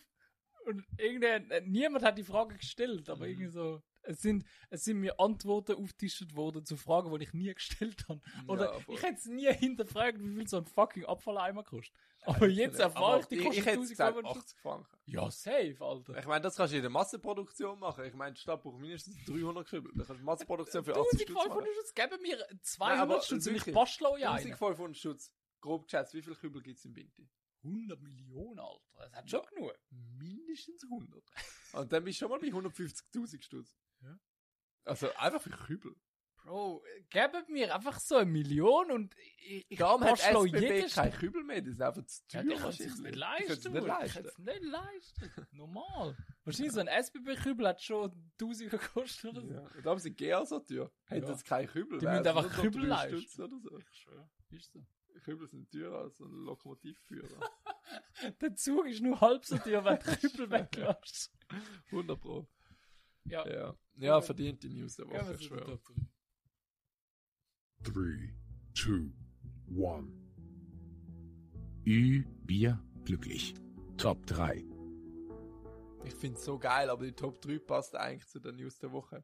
Und irgendwie, äh, niemand hat die Frage gestellt, aber
Mhm.
irgendwie so. Es sind, es sind mir Antworten aufgetischt worden zu Fragen, die ich nie gestellt habe. Oder
Ja, voll.
ich hätte es nie hinterfragt, wie viel so ein fucking Abfalleimer kostet. Aber jetzt erfahre ich, die
ich, ich
kostet
hätte
1000
gesagt
Euro.
80 Franken.
Ja, safe, Alter.
Ich meine, das kannst du in der Massenproduktion machen. Ich meine, die Stadt braucht mindestens 300 Kübel. Da kannst du Massenproduktion für 80 Stutz machen.
1500 Stutz, geben mir
Nein,
200
aber
Stutz und ich
wirklich,
bastle ja einen.
1500 Stutz. Grob geschätzt, wie viele Kübel gibt es in Binti?
100 Millionen, Alter. Das hat schon genug.
Mindestens 100. Und dann bist du schon mal bei 150.000 Stutz.
Ja.
Also einfach für Kübel.
Bro, gebt mir einfach so eine Million und ich, ich
Darum hat
bastle
SBB
jeden
keine Kübel mehr. Das ist einfach zu
Ja,
teuer.
die können es nicht
wahrscheinlich.
leisten.
Die können's nicht leisten.
es nicht leisten. Normal. Wahrscheinlich so ein SBB-Kübel hat schon 1000 gekostet oder so.
Ja. Und darum sind GR so teuer. Hätten
Ja.
jetzt keine Kübel.
Die
wären
müssen
es nur
einfach
so
Kübel
drei
leisten.
Stutz Oder so.
Ich schwöre. Ist so.
Kübel sind teurer als ein Lokomotivführer.
Der Zug ist nur halb so teuer, wenn du Kübel weglässt.
100 Pro.
Ja. Gehen
Ja, ja verdiente News der Woche,
wir
ich
zu den
schwöre.
Top 3.
3, 2, 1. Ü, Bier, glücklich. Top 3.
Ich finde es so geil, aber die Top 3 passt eigentlich zu den News der Woche.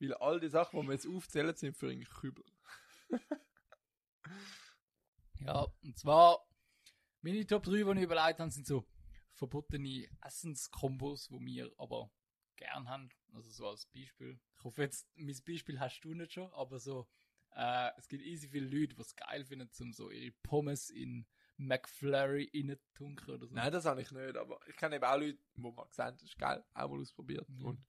Weil all die Sachen, die wir jetzt aufzählen, sind für einen Kübel.
Ja, und zwar, meine Top 3, die ich überlegt habe, sind so verbotene Essenskombos, die wir aber gern haben. Also so als Beispiel. Ich hoffe jetzt, mein Beispiel hast du nicht schon, aber so, äh, es gibt easy viele Leute, die es geil finden, um so ihre Pommes in McFlurry reinzutunken oder so.
Nein, das habe ich nicht, aber ich kenne eben auch Leute, wo man gesagt hat, ist geil, auch mal ausprobiert.
Ja.
Und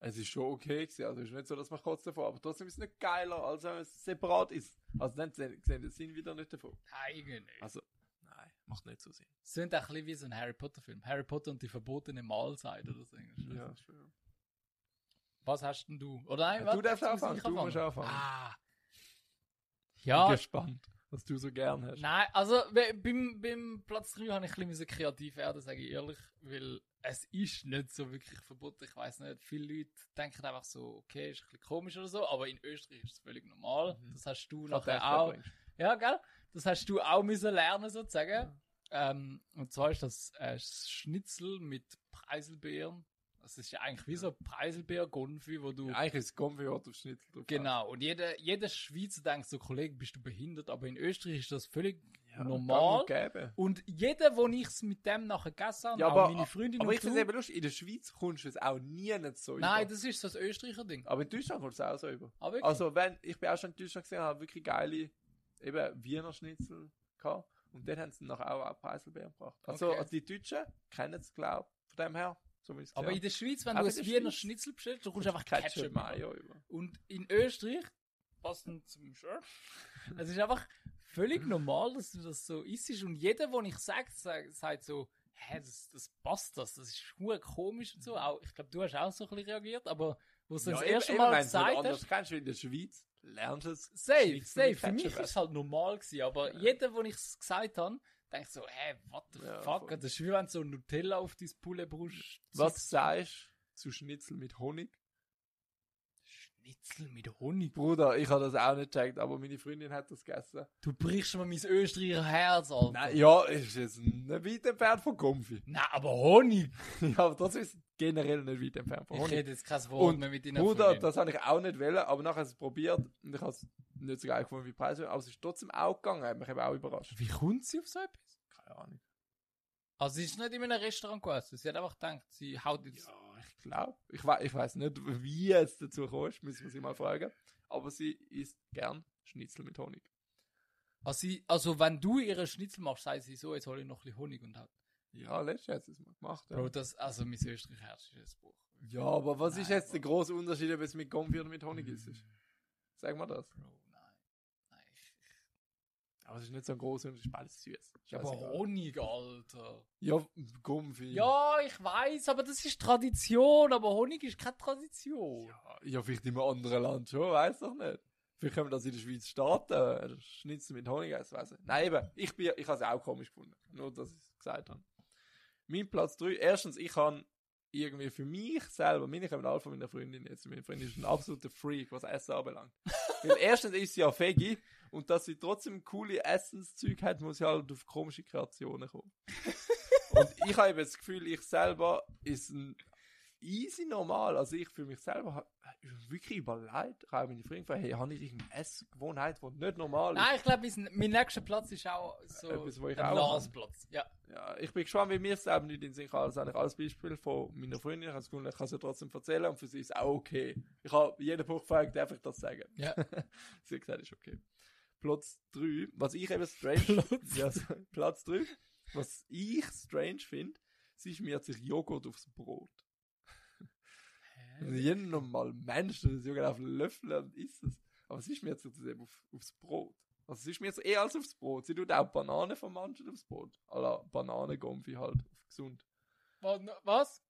es ist schon okay gewesen, also es ist nicht so, dass man kotzt davon, aber trotzdem ist es nicht geiler, als wenn man es separat ist. Also dann sehen sehen den Sinn wieder nicht davon.
Eigentlich nicht.
Also, nein, macht nicht so Sinn.
Es sind auch ein bisschen wie so ein Harry Potter-Film. Harry Potter und die verbotene Mahlzeit oder so. irgendwie.
Ja, schön.
Was hast denn du? Oder nein,
Ja,
warte,
du darfst
jetzt muss
anfangen,
ich
du musst anfangen.
Ah.
Ich
Ja,
bin gespannt, was du so gern hast.
Nein, also we- beim, beim Platz 3 habe ich ein bisschen kreativ werden, sage ich ehrlich, weil es ist nicht so wirklich verboten. Ich weiß nicht, viele Leute denken einfach so, okay, ist ein bisschen komisch oder so, aber in Österreich ist es völlig normal.
Mhm.
Das hast du
Ich hab
nachher
gedacht,
auch.
du bringst-
Ja, gell? Das hast du auch müssen lernen sozusagen. Ähm, und zwar ist das äh, Schnitzel mit Preiselbeeren. Das ist ja eigentlich wie so ein Preiselbeer-Gonfi, wo du
Ja, eigentlich ist es Gombi, was auf Schnitzel drauf
Genau, und jeder, jeder Schweizer denkt so, Kollege, bist du behindert, aber in Österreich ist das völlig
Ja,
normal.
gang und gäbe.
Und jeder, wo ich es mit dem nachher gegessen habe,
Ja,
auch
aber-
meine Freundin
Aber
und
ich finde
du-
es eben lustig, in der Schweiz kommst du es auch nie nicht so
Nein,
über.
das ist so das Österreicher Ding.
Aber in Deutschland kommst du es auch so über.
Aber wirklich.
Also, wenn, ich bin auch schon in Deutschland gesehen, habe wirklich geile eben Wiener Schnitzel gehabt. Und dann haben sie nachher auch, auch Preiselbeeren gebracht. Also,
Okay.
also die Deutschen kennen es, glaube ich, von dem her. So wie ich es
aber in
gesehen
der Schweiz, wenn
Auch
du
in
ein
der
Wiener
Schweiz.
Schnitzel bestellst, dann
habe.
kommst du einfach Ketchup. Mayo.
Mayo über.
Und in Österreich, passend zum Shirt, es ist einfach völlig normal, dass du das so isst. Und jeder, wo ich sage, sagt so, hä, das, das passt das, das ist hure komisch und so. Auch, ich glaube, du hast auch so ein bisschen reagiert, aber wo es das
eben-
erste
eben,
Mal
wenn du es halt
gesagt
anders
hast,
kennst, weil in der Schweiz lernst du es.
Safe,
Schnitzel
safe.
mit
Für mich
Ketchup
war es halt normal, gewesen, aber
Ja.
jeder, wo ich es gesagt habe, denkt so, hä, what the
Ja,
fuck?
voll.
Das ist wie wenn so Nutella auf dein Pullebrust
Was sagst du zu Schnitzel mit Honig?
Schnitzel mit Honig.
Bruder, ich habe das auch nicht gecheckt, aber meine Freundin hat das gegessen.
Du brichst mir mein Österreicher Herz, Alter.
Nein, ja, ist jetzt nicht weit entfernt von Gumpfi.
Nein, aber Honig.
ja, aber das ist generell nicht weit entfernt von
Ich
Honig.
rede jetzt kein Wort
Und
mehr mit deinen
Bruder,
Freundin.
das habe ich auch nicht wollen, aber nachher habe ich es probiert und ich habe es nicht so geil gefunden wie Preis, aber es ist trotzdem auch gegangen, hat mich eben auch überrascht.
Wie kommt sie auf so etwas?
Keine Ahnung.
Also sie ist nicht in einem Restaurant gegessen. Sie hat einfach gedacht, sie haut jetzt...
Ja, ich glaube. Ich, we ich weiß nicht, wie es dazu gekommen ist, müssen wir sie mal fragen. Aber sie isst gern Schnitzel mit Honig.
Also, sie, also wenn du ihre Schnitzel machst, sagt sie so, jetzt hole ich noch ein bisschen Honig und haut.
Ja, letztes Jahr hat sie es mal gemacht. Ja,
Bro, das... Also mein Österreicher Herz ist jetzt Bruch.
ja aber was ist
Nein, Mhm.
jetzt der große Unterschied, ob es mit Gombi oder mit Honig ist? Sag mal das.
Bro, nein. Nein, ich...
Aber es ist nicht so ein großer Unterschied, es ist alles süß.
Ja, aber
Scheißegal.
Honig, Alter.
Ja, Gombi.
Ja, ich weiß, aber das ist Tradition, aber Honig ist keine Tradition.
Ja, ja, vielleicht in einem anderen Land schon, weiß doch nicht. Vielleicht können wir das in der Schweiz starten. äh, Schnitzel mit Honig essen. weiss ich. Nein, eben. Ich, bin- ich habe es auch komisch gefunden. Nur, dass ich es gesagt habe. Mein Platz 3. Erstens, ich habe irgendwie für mich selber, meine kommen alle von meiner Freundin jetzt. Meine Freundin ist ein absoluter Freak, was Essen anbelangt. Weil erstens ist sie ja Veggie und dass sie trotzdem coole Essenszeug hat, muss sie halt auf komische Kreationen kommen. und ich habe eben das Gefühl, ich selber ist ein easy normal. Also ich für mich selber habe wirklich überlegt. Ich habe meine Freundin gefragt, hey, habe ich irgendeine Essgewohnheit, die nicht normal ist?
Nein, ich glaube, mein, mein nächster Platz ist auch so
Etwas, wo ich
ein
auch
Blasplatz. Ja.
Ja, ich bin gespannt, wie mir es selber nicht in den Sinn kam. Das ist eigentlich alles Beispiel von meiner Freundin. Ich habe es gefunden, ich kann es ja trotzdem erzählen und für sie ist es auch okay. Ich habe jeden Punkt gefragt, darf ich das sagen?
Ja.
sie hat gesagt, ist okay. Platz 3, was ich eben strange ja, sorry. Platz 3, was ich strange finde, sie schmiert sich Joghurt aufs Brot. Also jeder normal Mensch, der das Joghurt auf den Löffel und isst es. Aber sie schmiert sich das eben auf, aufs Brot. Also sie schmiert es eher als aufs Brot. Sie tut auch Bananen von manchen aufs Brot. À la Bananengomfi halt, auf gesund.
Wa- Was?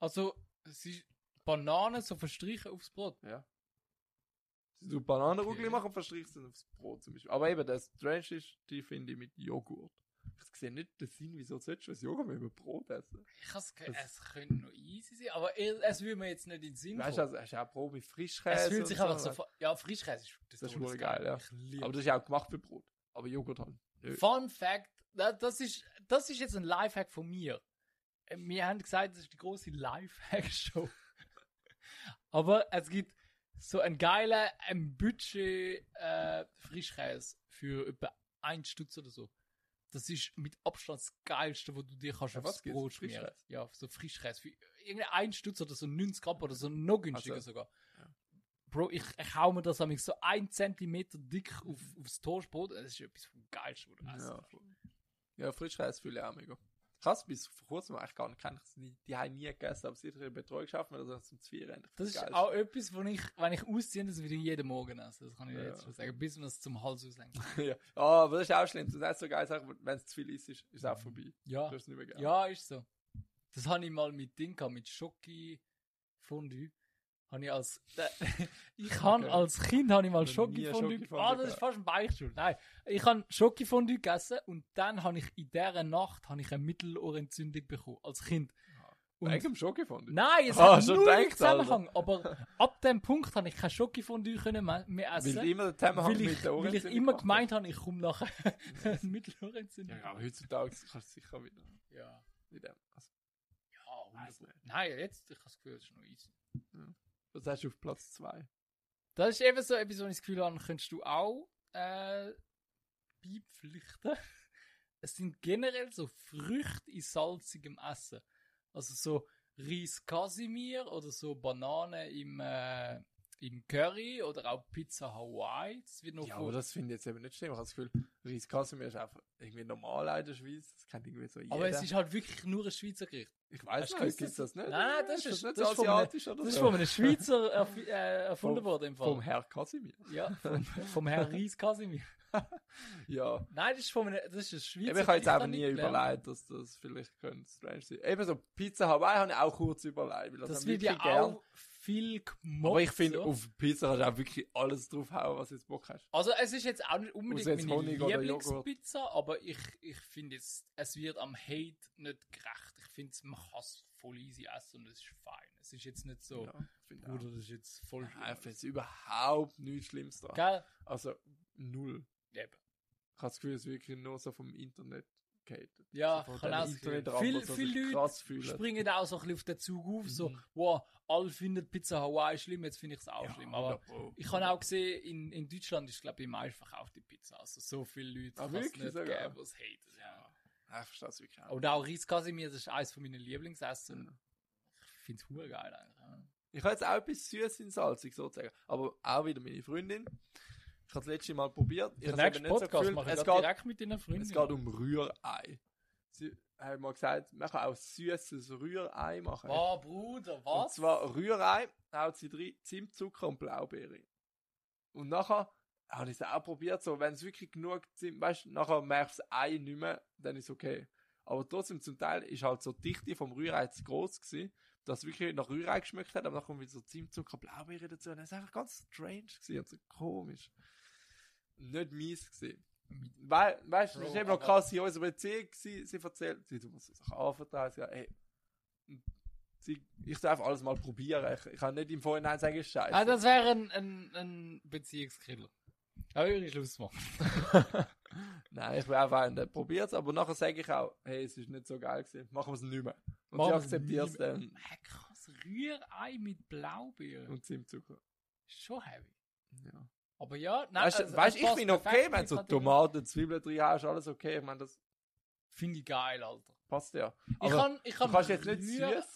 Also, es ist Bananen so verstrichen aufs Brot.
Ja. Sie tut Bananenrugli
Okay.
machen und verstricht es dann aufs Brot zum Beispiel. Aber eben, das Strange ist, die finde ich mit Joghurt. Ich sehe nicht den Sinn, wieso solltest du ein Joghurt mit einem Brot essen?
Ich has ge-
Das-
es könnte noch easy sein, aber eh- es würde mir jetzt nicht in den Sinn
Weißt du,
kommen.
also, hast du auch Brot mit Frischkäse.
es fühlt sich
und
einfach so,
weißt
fa- ja, Frischkäse ist
Das ist
Todesgeil.
wohl geil, ja.
Ich liebe
du? Aber das ist ja auch gemacht für Brot. Aber Joghurt halt. Nö.
Fun Fact, da- das ist, das ist jetzt ein Lifehack von mir. Äh, Wir haben gesagt, das ist die große Lifehack-Show. Aber es gibt so einen geilen ein Budget äh, Frischkäse für etwa 1 Stutz oder so. Das ist mit Abstand das geilste, wo du dir kannst
Ja,
aufs
was gibt's?
Brot schmieren.
Frischkäse?
Ja, so Frischkäse. Für irgendeinen 1 Stutz oder so 90 Gramm oder so noch günstiger
Also-
sogar. Bro, ich, ich hau mir das am so 1 cm dick auf, aufs Toastbrot. Das ist etwas vom Geilsten, was du essen
Ja,
kannst.
voll. ja Frischkäse fühle ich auch mega. Krass, bis vor kurzem eigentlich gar nicht kennt. Die haben nie gegessen, aber sicher in Betreuung schaffen wir das dann zum Zwiebeln. endlich
Das ist
Geilste.
auch etwas, wo ich, wenn ich ausziehe, das würde ich jeden Morgen essen. Das kann ich dir
Ja.
jetzt schon sagen, bis man es zum Hals auslängt.
ja. Ah, aber das ist auch schlimm. Das ist so geil, wenn es zu viel ist, ist es auch vorbei.
Ja.
Du hast es nicht mehr gerne.
ja, ist so. Das habe ich mal mit Ding gehabt, mit Schoki Fondue. Habe ich als, ich habe
Okay.
als Kind habe ich mal
Noch
Schoki
nie
Fondue.
Schoki Fondue
Ah, das ist
gehabt.
fast ein Beichtstuhl. Nein, ich habe Schoki Fondue gegessen und dann habe ich in dieser Nacht habe ich eine Mittelohrentzündung bekommen als Kind. Und-
Ah. Eigentlich im Schock gefunden.
Nein, es
Ah,
hat
schon
null
gedacht,
Zusammenhang. Aber ab dem Punkt habe ich kein Schoki Fondue können me- mehr essen.
also, Weil du immer den Zusammenhang
weil ich,
mit der
weil ich
Ohrenentzündung
immer
halt gemacht
gemeint habe, ich komme nachher mit
hast.
Lorenzen.
Ja, aber heutzutage kannst du es sicher wieder.
ja.
Mit dem. Also,
Ja,
Weiss
wunderbar. Nein, jetzt, ich habe das Gefühl, das ist noch easy.
was hast du auf Platz 2?
Das ist eben so etwas, wo ich das Gefühl habe, könntest du auch äh, beipflichten. Es sind generell so Früchte in salzigem Essen. Also so Reis Casimir oder so Banane im, äh, im Curry oder auch Pizza Hawaii. Das wird noch
Ja,
von-
aber das finde ich jetzt eben nicht schlimm. Ich habe das Gefühl, Reis Kasimir ist einfach irgendwie normal in der Schweiz. Das kennt irgendwie so jeder.
aber es ist halt wirklich nur ein Schweizer Gericht.
ich weiß
Hast du
nicht,
gewusst,
gibt
dass-
das nicht?
Nein, das ist-
nicht
das ist von einem-
asiatisch oder
Das ist
so.
von einem Schweizer erf äh, erfunden
Vom-
worden im Fall.
Vom Herr Kasimir.
Ja, vom, vom Herr Ries Casimir.
Ja.
Nein, das ist von einem, das ist ein Schweizer.
Eben, ich habe jetzt
Gericht,
einfach nie
nicht gelernt.
überlegt, dass das vielleicht könnte strange sein. Eben so Pizza Hawaii habe ich auch kurz überlegt, weil das,
Das
haben
wird ja
wirklich
auch
gern.
viel gemobbt.
Aber ich finde,
ja.
auf Pizza kannst du auch wirklich alles draufhauen, was du jetzt Bock hast.
Also, es ist jetzt auch nicht unbedingt
Außer jetzt
meine
Honig oder Joghurt.
Lieblingspizza, aber ich, ich finde jetzt, es wird am Hate nicht gerecht. Ich finde, man kann es voll easy essen und es ist fein. Es ist jetzt nicht so,
Ja, ich finde auch.
Bruder, das ist jetzt voll schlimm.
Nein, ich finde es überhaupt nichts Schlimmes dran.
Gell?
Also, null.
Eben.
Ich habe das Gefühl, es ist wirklich nur so vom Internet gehatet.
Ja,
so
kann auch sein. Viel-
Viel, so
viele
sich
Leute
krass fühlen.
Springen auch so ein bisschen auf den Zug auf, so,
Mhm.
wow, alle finden Pizza Hawaii schlimm, jetzt finde ich es auch schlimm. Aber
oh.
Ich habe auch gesehen, in, in Deutschland ist, glaube ich, die meistverkaufte Pizza. Also so viele Leute
Ah,
kann's
wirklich
nicht
sogar?
geben, die es haten. Ja.
Nein, ich verstehe es wirklich auch.
Und auch Reis Casimir, das ist eines meiner Lieblingsessen.
Ja.
Ich finde es hure geil eigentlich. ja.
Ich habe jetzt auch etwas süß in salzig sozusagen. Aber auch wieder meine Freundin. Ich habe das letzte Mal probiert. Ich
Der
habe es
nächste
eben nicht so
Podcast
gefühlt.
mache ich
es
das
geht,
direkt mit deinen Freunden.
es geht um Rührei. Sie haben mal gesagt, man kann auch süßes Rührei machen.
Oh, Bruder,
Und
was?
zwar um- Rührei, haut sie drin, Zimtzucker und Blaubeere. Und nachher habe ich es auch probiert, so, wenn es wirklich genug Zimt, weißt du, nachher merkst du das Ei nicht mehr, dann ist okay. Aber trotzdem, zum Teil ist halt so die Dichte vom Rührei zu groß gewesen, das wirklich nach Rührei geschmeckt hat, aber dann kommt wieder so Zimtzucker, Blaubeere dazu. Und das ist einfach ganz strange gewesen und so komisch. Nicht mies gewesen. Weil, weißt du, es ist
Bro,
eben noch
aber-
krass in unserer Beziehung gewesen. Sie erzählt, sie tut mir so Sachen anvertrauen. Sie sagt, ey, sie, ich darf alles mal probieren. Ich, ich kann nicht im Vorhinein sagen, es ist scheiße.
Ah, das wäre ein, ein, ein Beziehungskiller. Aber ich würde Schluss machen.
Nein, ich will einfach einen, der probiert es, aber nachher sage ich auch, hey, es ist nicht so geil gewesen, machen wir es nicht mehr. Und sie akzeptiert es dann. um
Hä, krass, Rührei mit Blaubeeren.
Und Zimtzucker.
Schon heavy.
Ja.
Aber ja, nein,
Weißt
also,
du, weißt,
es
ich
passt
bin okay,
perfekt in
wenn
die
so
Kategorie.
Tomaten, Zwiebeln drin hast, alles okay. Ich meine, das
Finde ich geil, Alter.
passt ja.
Ich
Aber
kann, ich
du
kann
kannst jetzt nicht
Rührei-
süßes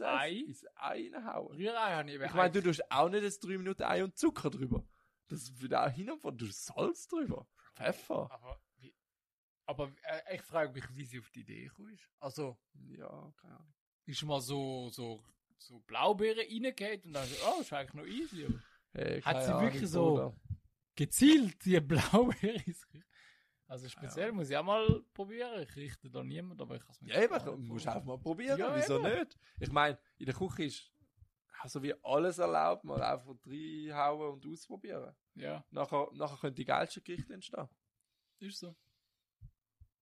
ins Ei reinhauen.
Rührei habe ich eben
Ich meine, du
eigentlich-
tust auch nicht das 3 Minuten Ei und Zucker drüber. Das wird auch hin und vor, du tust Salz drüber. Pfeffer.
Aber, wie, aber äh, ich frage mich, wie sie auf die Idee gekommen ist. Also,
Ja, keine Ahnung.
ist mal so, so, so Blaubeeren reingeht und dann so, oh, ist eigentlich noch easy. aber
Hey,
Hat
keine
sie
Ahnung,
wirklich so-
Bruder.
Gezielt die Blaubeeren ins Gericht. Also speziell
Ja.
muss ich auch mal probieren. Ich richte da niemand, aber ich kann es mir
Ja, eben,
gar
du
nicht
musst
vorstellen.
einfach mal probieren,
Ja,
wieso
eben.
nicht? Ich meine, in der Küche ist auch so wie alles erlaubt, mal einfach reinhauen und ausprobieren.
Ja,
Nachher, nachher können die geilsten Gerichte entstehen.
ist so.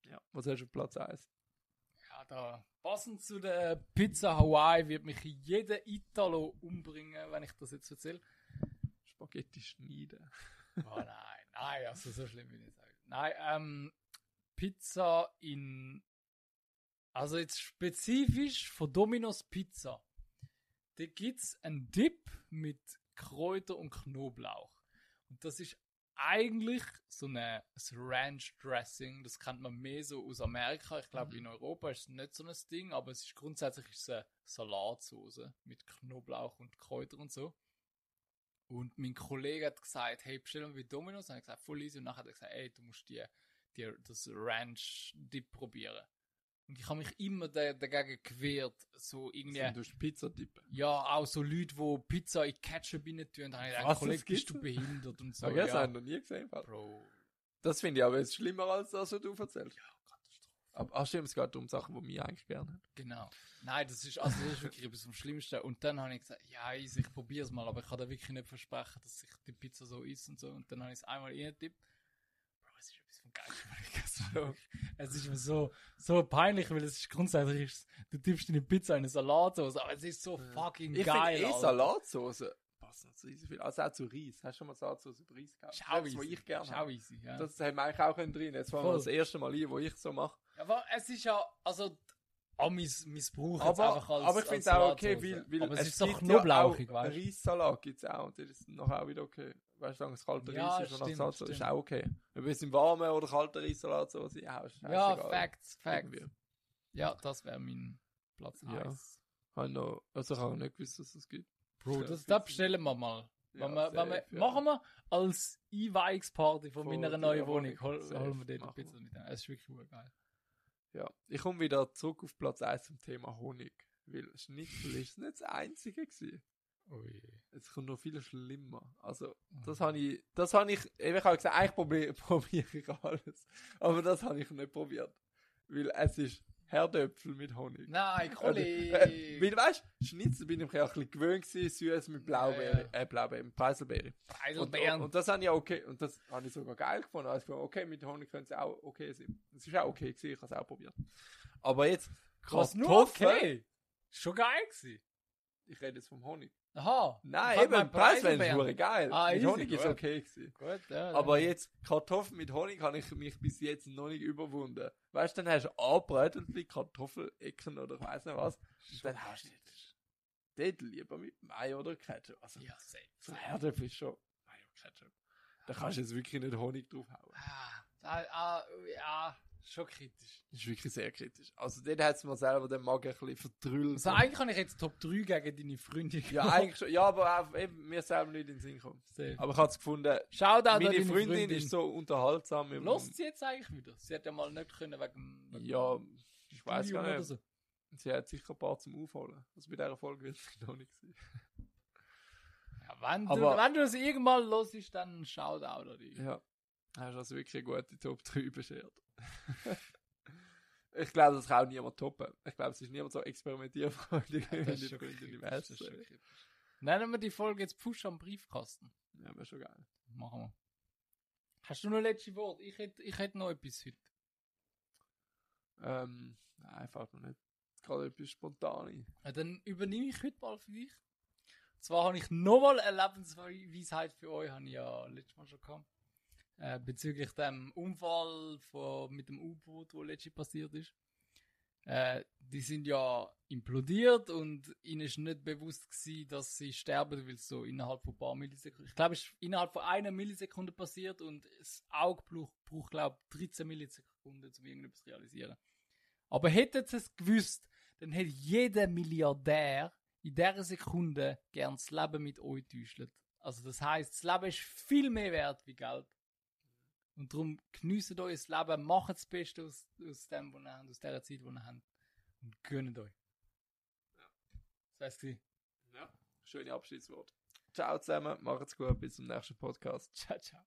Ja. Was hast du auf Platz 1?
Ja, da. Passend zu der Pizza Hawaii wird mich jeder Italo umbringen, wenn ich das jetzt erzähle.
Spaghetti schneiden.
Oh nein, nein, also so schlimm bin ich nicht. Nein, ähm, Pizza in. Also jetzt spezifisch von Domino's Pizza. Da gibt's einen Dip mit Kräuter und Knoblauch. Und das ist eigentlich so eine, ein Ranch Dressing. Das kennt man mehr so aus Amerika. Ich glaube,
Mhm.
in Europa ist es nicht so ein Ding, aber es ist grundsätzlich ist es eine Salatsauce mit Knoblauch und Kräuter und so. Und mein Kollege hat gesagt, hey, bestell mal bei Domino's. Und ich gesagt, voll easy. Und nachher hat er gesagt, ey, du musst dir, dir das Ranch-Dip probieren. Und ich habe mich immer da, dagegen gewehrt, so irgendwie...
Also, Du hast Pizza tippen.
Ja, auch so Leute, die Pizza in Ketchup rein tun, da habe ich gedacht,
Was,
Kollege,
das
bist du
gibt's?
behindert und so.
So, ja, das habe ich noch nie gesehen.
Bro,
Das finde ich aber jetzt schlimmer als das, was du erzählst.
Katastrophe.
Aber ach, stimmt, es geht um Sachen, die wir eigentlich gerne haben.
Genau. Nein, das ist, also das ist wirklich etwas vom Schlimmsten. Und dann habe ich gesagt, ja, easy, ich probiere es mal, aber ich kann da wirklich nicht versprechen, dass ich die Pizza so isst und so. Und dann habe ich es einmal reingetippt. Bro, es ist etwas vom Geilsten, was ich gegessen habe. Es ist mir so, so peinlich, weil es ist grundsätzlich, ist, es- du tippst deine Pizza in eine Salatsauce, aber es ist so fucking
Ich finde
geil.
eh
Alter.
Salatsauce passt nicht so easy viel. Also auch zu Reis. Hast du schon mal Salatsauce über Reis gehabt?
Ist auch
Das, was
easy.
ich gerne
Ist
habe.
auch easy, ja.
Das haben wir eigentlich auch können drin. Jetzt fangen wir
Voll.
das erste Mal ein, wo ich so mache.
Aber es ist ja, also, Amis missbrauchen es
Aber,
einfach als
aber ich finde es auch okay, weil, weil
aber es ist doch
gibt
knoblauchig,
ja auch,
weißt du?
Reissalat gibt es auch und das ist noch auch wieder okay. Weißt du, das kalte
Ja,
Reis ist noch
stimmt,
Salz, ist
stimmt.
auch okay. Ob es im warmen oder kalten Reissalat so was ja, ist
Ja,
scheißegal.
Facts, Facts.
Irgendwie.
Ja, das wäre mein Platz
Ja.
1.
Habe ich noch, also ich habe nicht gewusst, dass es gibt.
Bro,
Ja,
das,
fix.
das bestellen wir mal.
Ja,
wenn wir, wenn wir,
safe, ja.
Machen wir als Einweihungsparty von,
Von
meiner
deiner
neuen Wohnung.
Wohnung.
Hol,
Safe,
holen wir dort eine
machen
Pizza
wir.
mit. Es ist wirklich gut geil.
Ja. Ich komme wieder zurück auf Platz 1 zum Thema Honig. Weil Schnitzel ist nicht das einzige gewesen. Es kommt noch viel schlimmer. Also, Oh
Oh.
das habe ich, das habe ich, eben, ich habe gesagt, eigentlich probiere, probiere ich alles. Aber das habe ich nicht probiert. Weil es ist Herdöpfel mit Honig.
Nein, Kollege!
Oder- Also, äh, Weil, weißt du, Schnitzel bin ich mich auch ein bisschen gewöhnt gewesen, süß mit Blaubeere,
Ja,
äh, Blaubeere, mit Preiselbeere. Und,
Preiselbeeren.
und, und das habe ich auch okay, und das habe ich sogar geil gefunden. Also, ich fand, okay, mit Honig könnte es auch okay sein. Es ist auch okay gewesen, ich habe es auch probiert. Aber jetzt,
Was, nur
Kartoffeln-
okay? Schon geil gewesen.
Ich rede jetzt vom Honig.
Aha.
Nein,
Ich hab
eben,
meinen
Preiselbeere ist
Preiselbeeren.
hure geil.
Ah,
mit
easy,
Honig ist
gut.
okay gewesen.
Gut, ja.
Aber
ja.
jetzt Kartoffeln mit Honig habe ich mich bis jetzt noch nicht überwunden. Weißt du, dann hast du anbreitelte Kartoffelecken oder ich weiß nicht was. Und dann hast du das lieber mit Mayo oder Ketchup. Also,
Ja, safe.
so Herdöpfel ist schon Mayo Ketchup. Da kannst du jetzt wirklich nicht Honig draufhauen.
Ah, ah, ah, ja, schon kritisch.
Das ist wirklich sehr kritisch. Also, dort hat es mir selber den Magen ein bisschen verdrüllt.
Also eigentlich kann ich jetzt Top 3 gegen deine Freundin
ja, eigentlich schon. Ja, aber auch eben, mir selber nicht in den Sinn kommt.
Safe.
Aber ich habe es gefunden,
Shoutout an
meine
deine
Freundin, ist so unterhaltsam. im-
Lost sie jetzt eigentlich wieder? Sie hat ja mal nicht können wegen... wegen
Ja, ich weiß
Studium
gar
oder
nicht.
So.
Sie hat sicher ein paar zum Aufholen. Also bei dieser Folge wird es noch nicht sein.
Ja, wenn, du,
Aber-
wenn du es irgendwann los ist, dann Shoutout an dich.
Ja. Hast du also wirklich eine gute Top 3 beschert. Ich glaube, das kann auch niemand toppen. Ich glaube, es ist niemand so experimentierfreudig wie
Das
die
ist schon
Freunde
creepy,
im
das ist
West.
schon creepy. Nennen wir die Folge jetzt Push am Briefkasten.
Ja, wäre schon geil.
Machen wir. Hast du noch letzte Wort? Ich hätte, ich hätte noch etwas heute.
Ähm, nein, fällt mir nicht gerade etwas spontan ein.
Ja, dann übernehme ich heute mal für dich. Und zwar habe ich nochmal eine Lebensweisheit für euch, habe ich ja letztes Mal schon gehabt. Äh, bezüglich dem Unfall von, mit dem U-Boot, wo letztens passiert ist. Äh, die sind ja implodiert und ihnen ist nicht bewusst gewesen, dass sie sterben, weil es so innerhalb von ein paar Millisekunden, ich glaube, es ist innerhalb von einer Millisekunde passiert und das Auge braucht, braucht glaube ich, 13 Millisekunden, um irgendetwas zu realisieren. Aber hätten sie es gewusst, dann hätte jeder Milliardär in dieser Sekunde gern das Leben mit euch täuschelt. Also das heißt, das Leben ist viel mehr wert wie Geld. Und darum geniessen euer Leben, macht das Beste aus, aus dem, was ihr habt, aus dieser Zeit, die ihr habt. Und gönnt euch. Das wär's gewesen.
Ja. Schöne Abschiedsworte. Ciao zusammen, macht's gut, bis zum nächsten Podcast.
Ciao, ciao.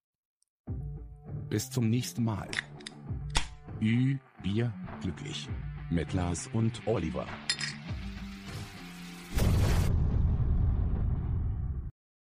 Bis zum nächsten Mal. Ü, Bier, glücklich. Mit Lars und Oliver.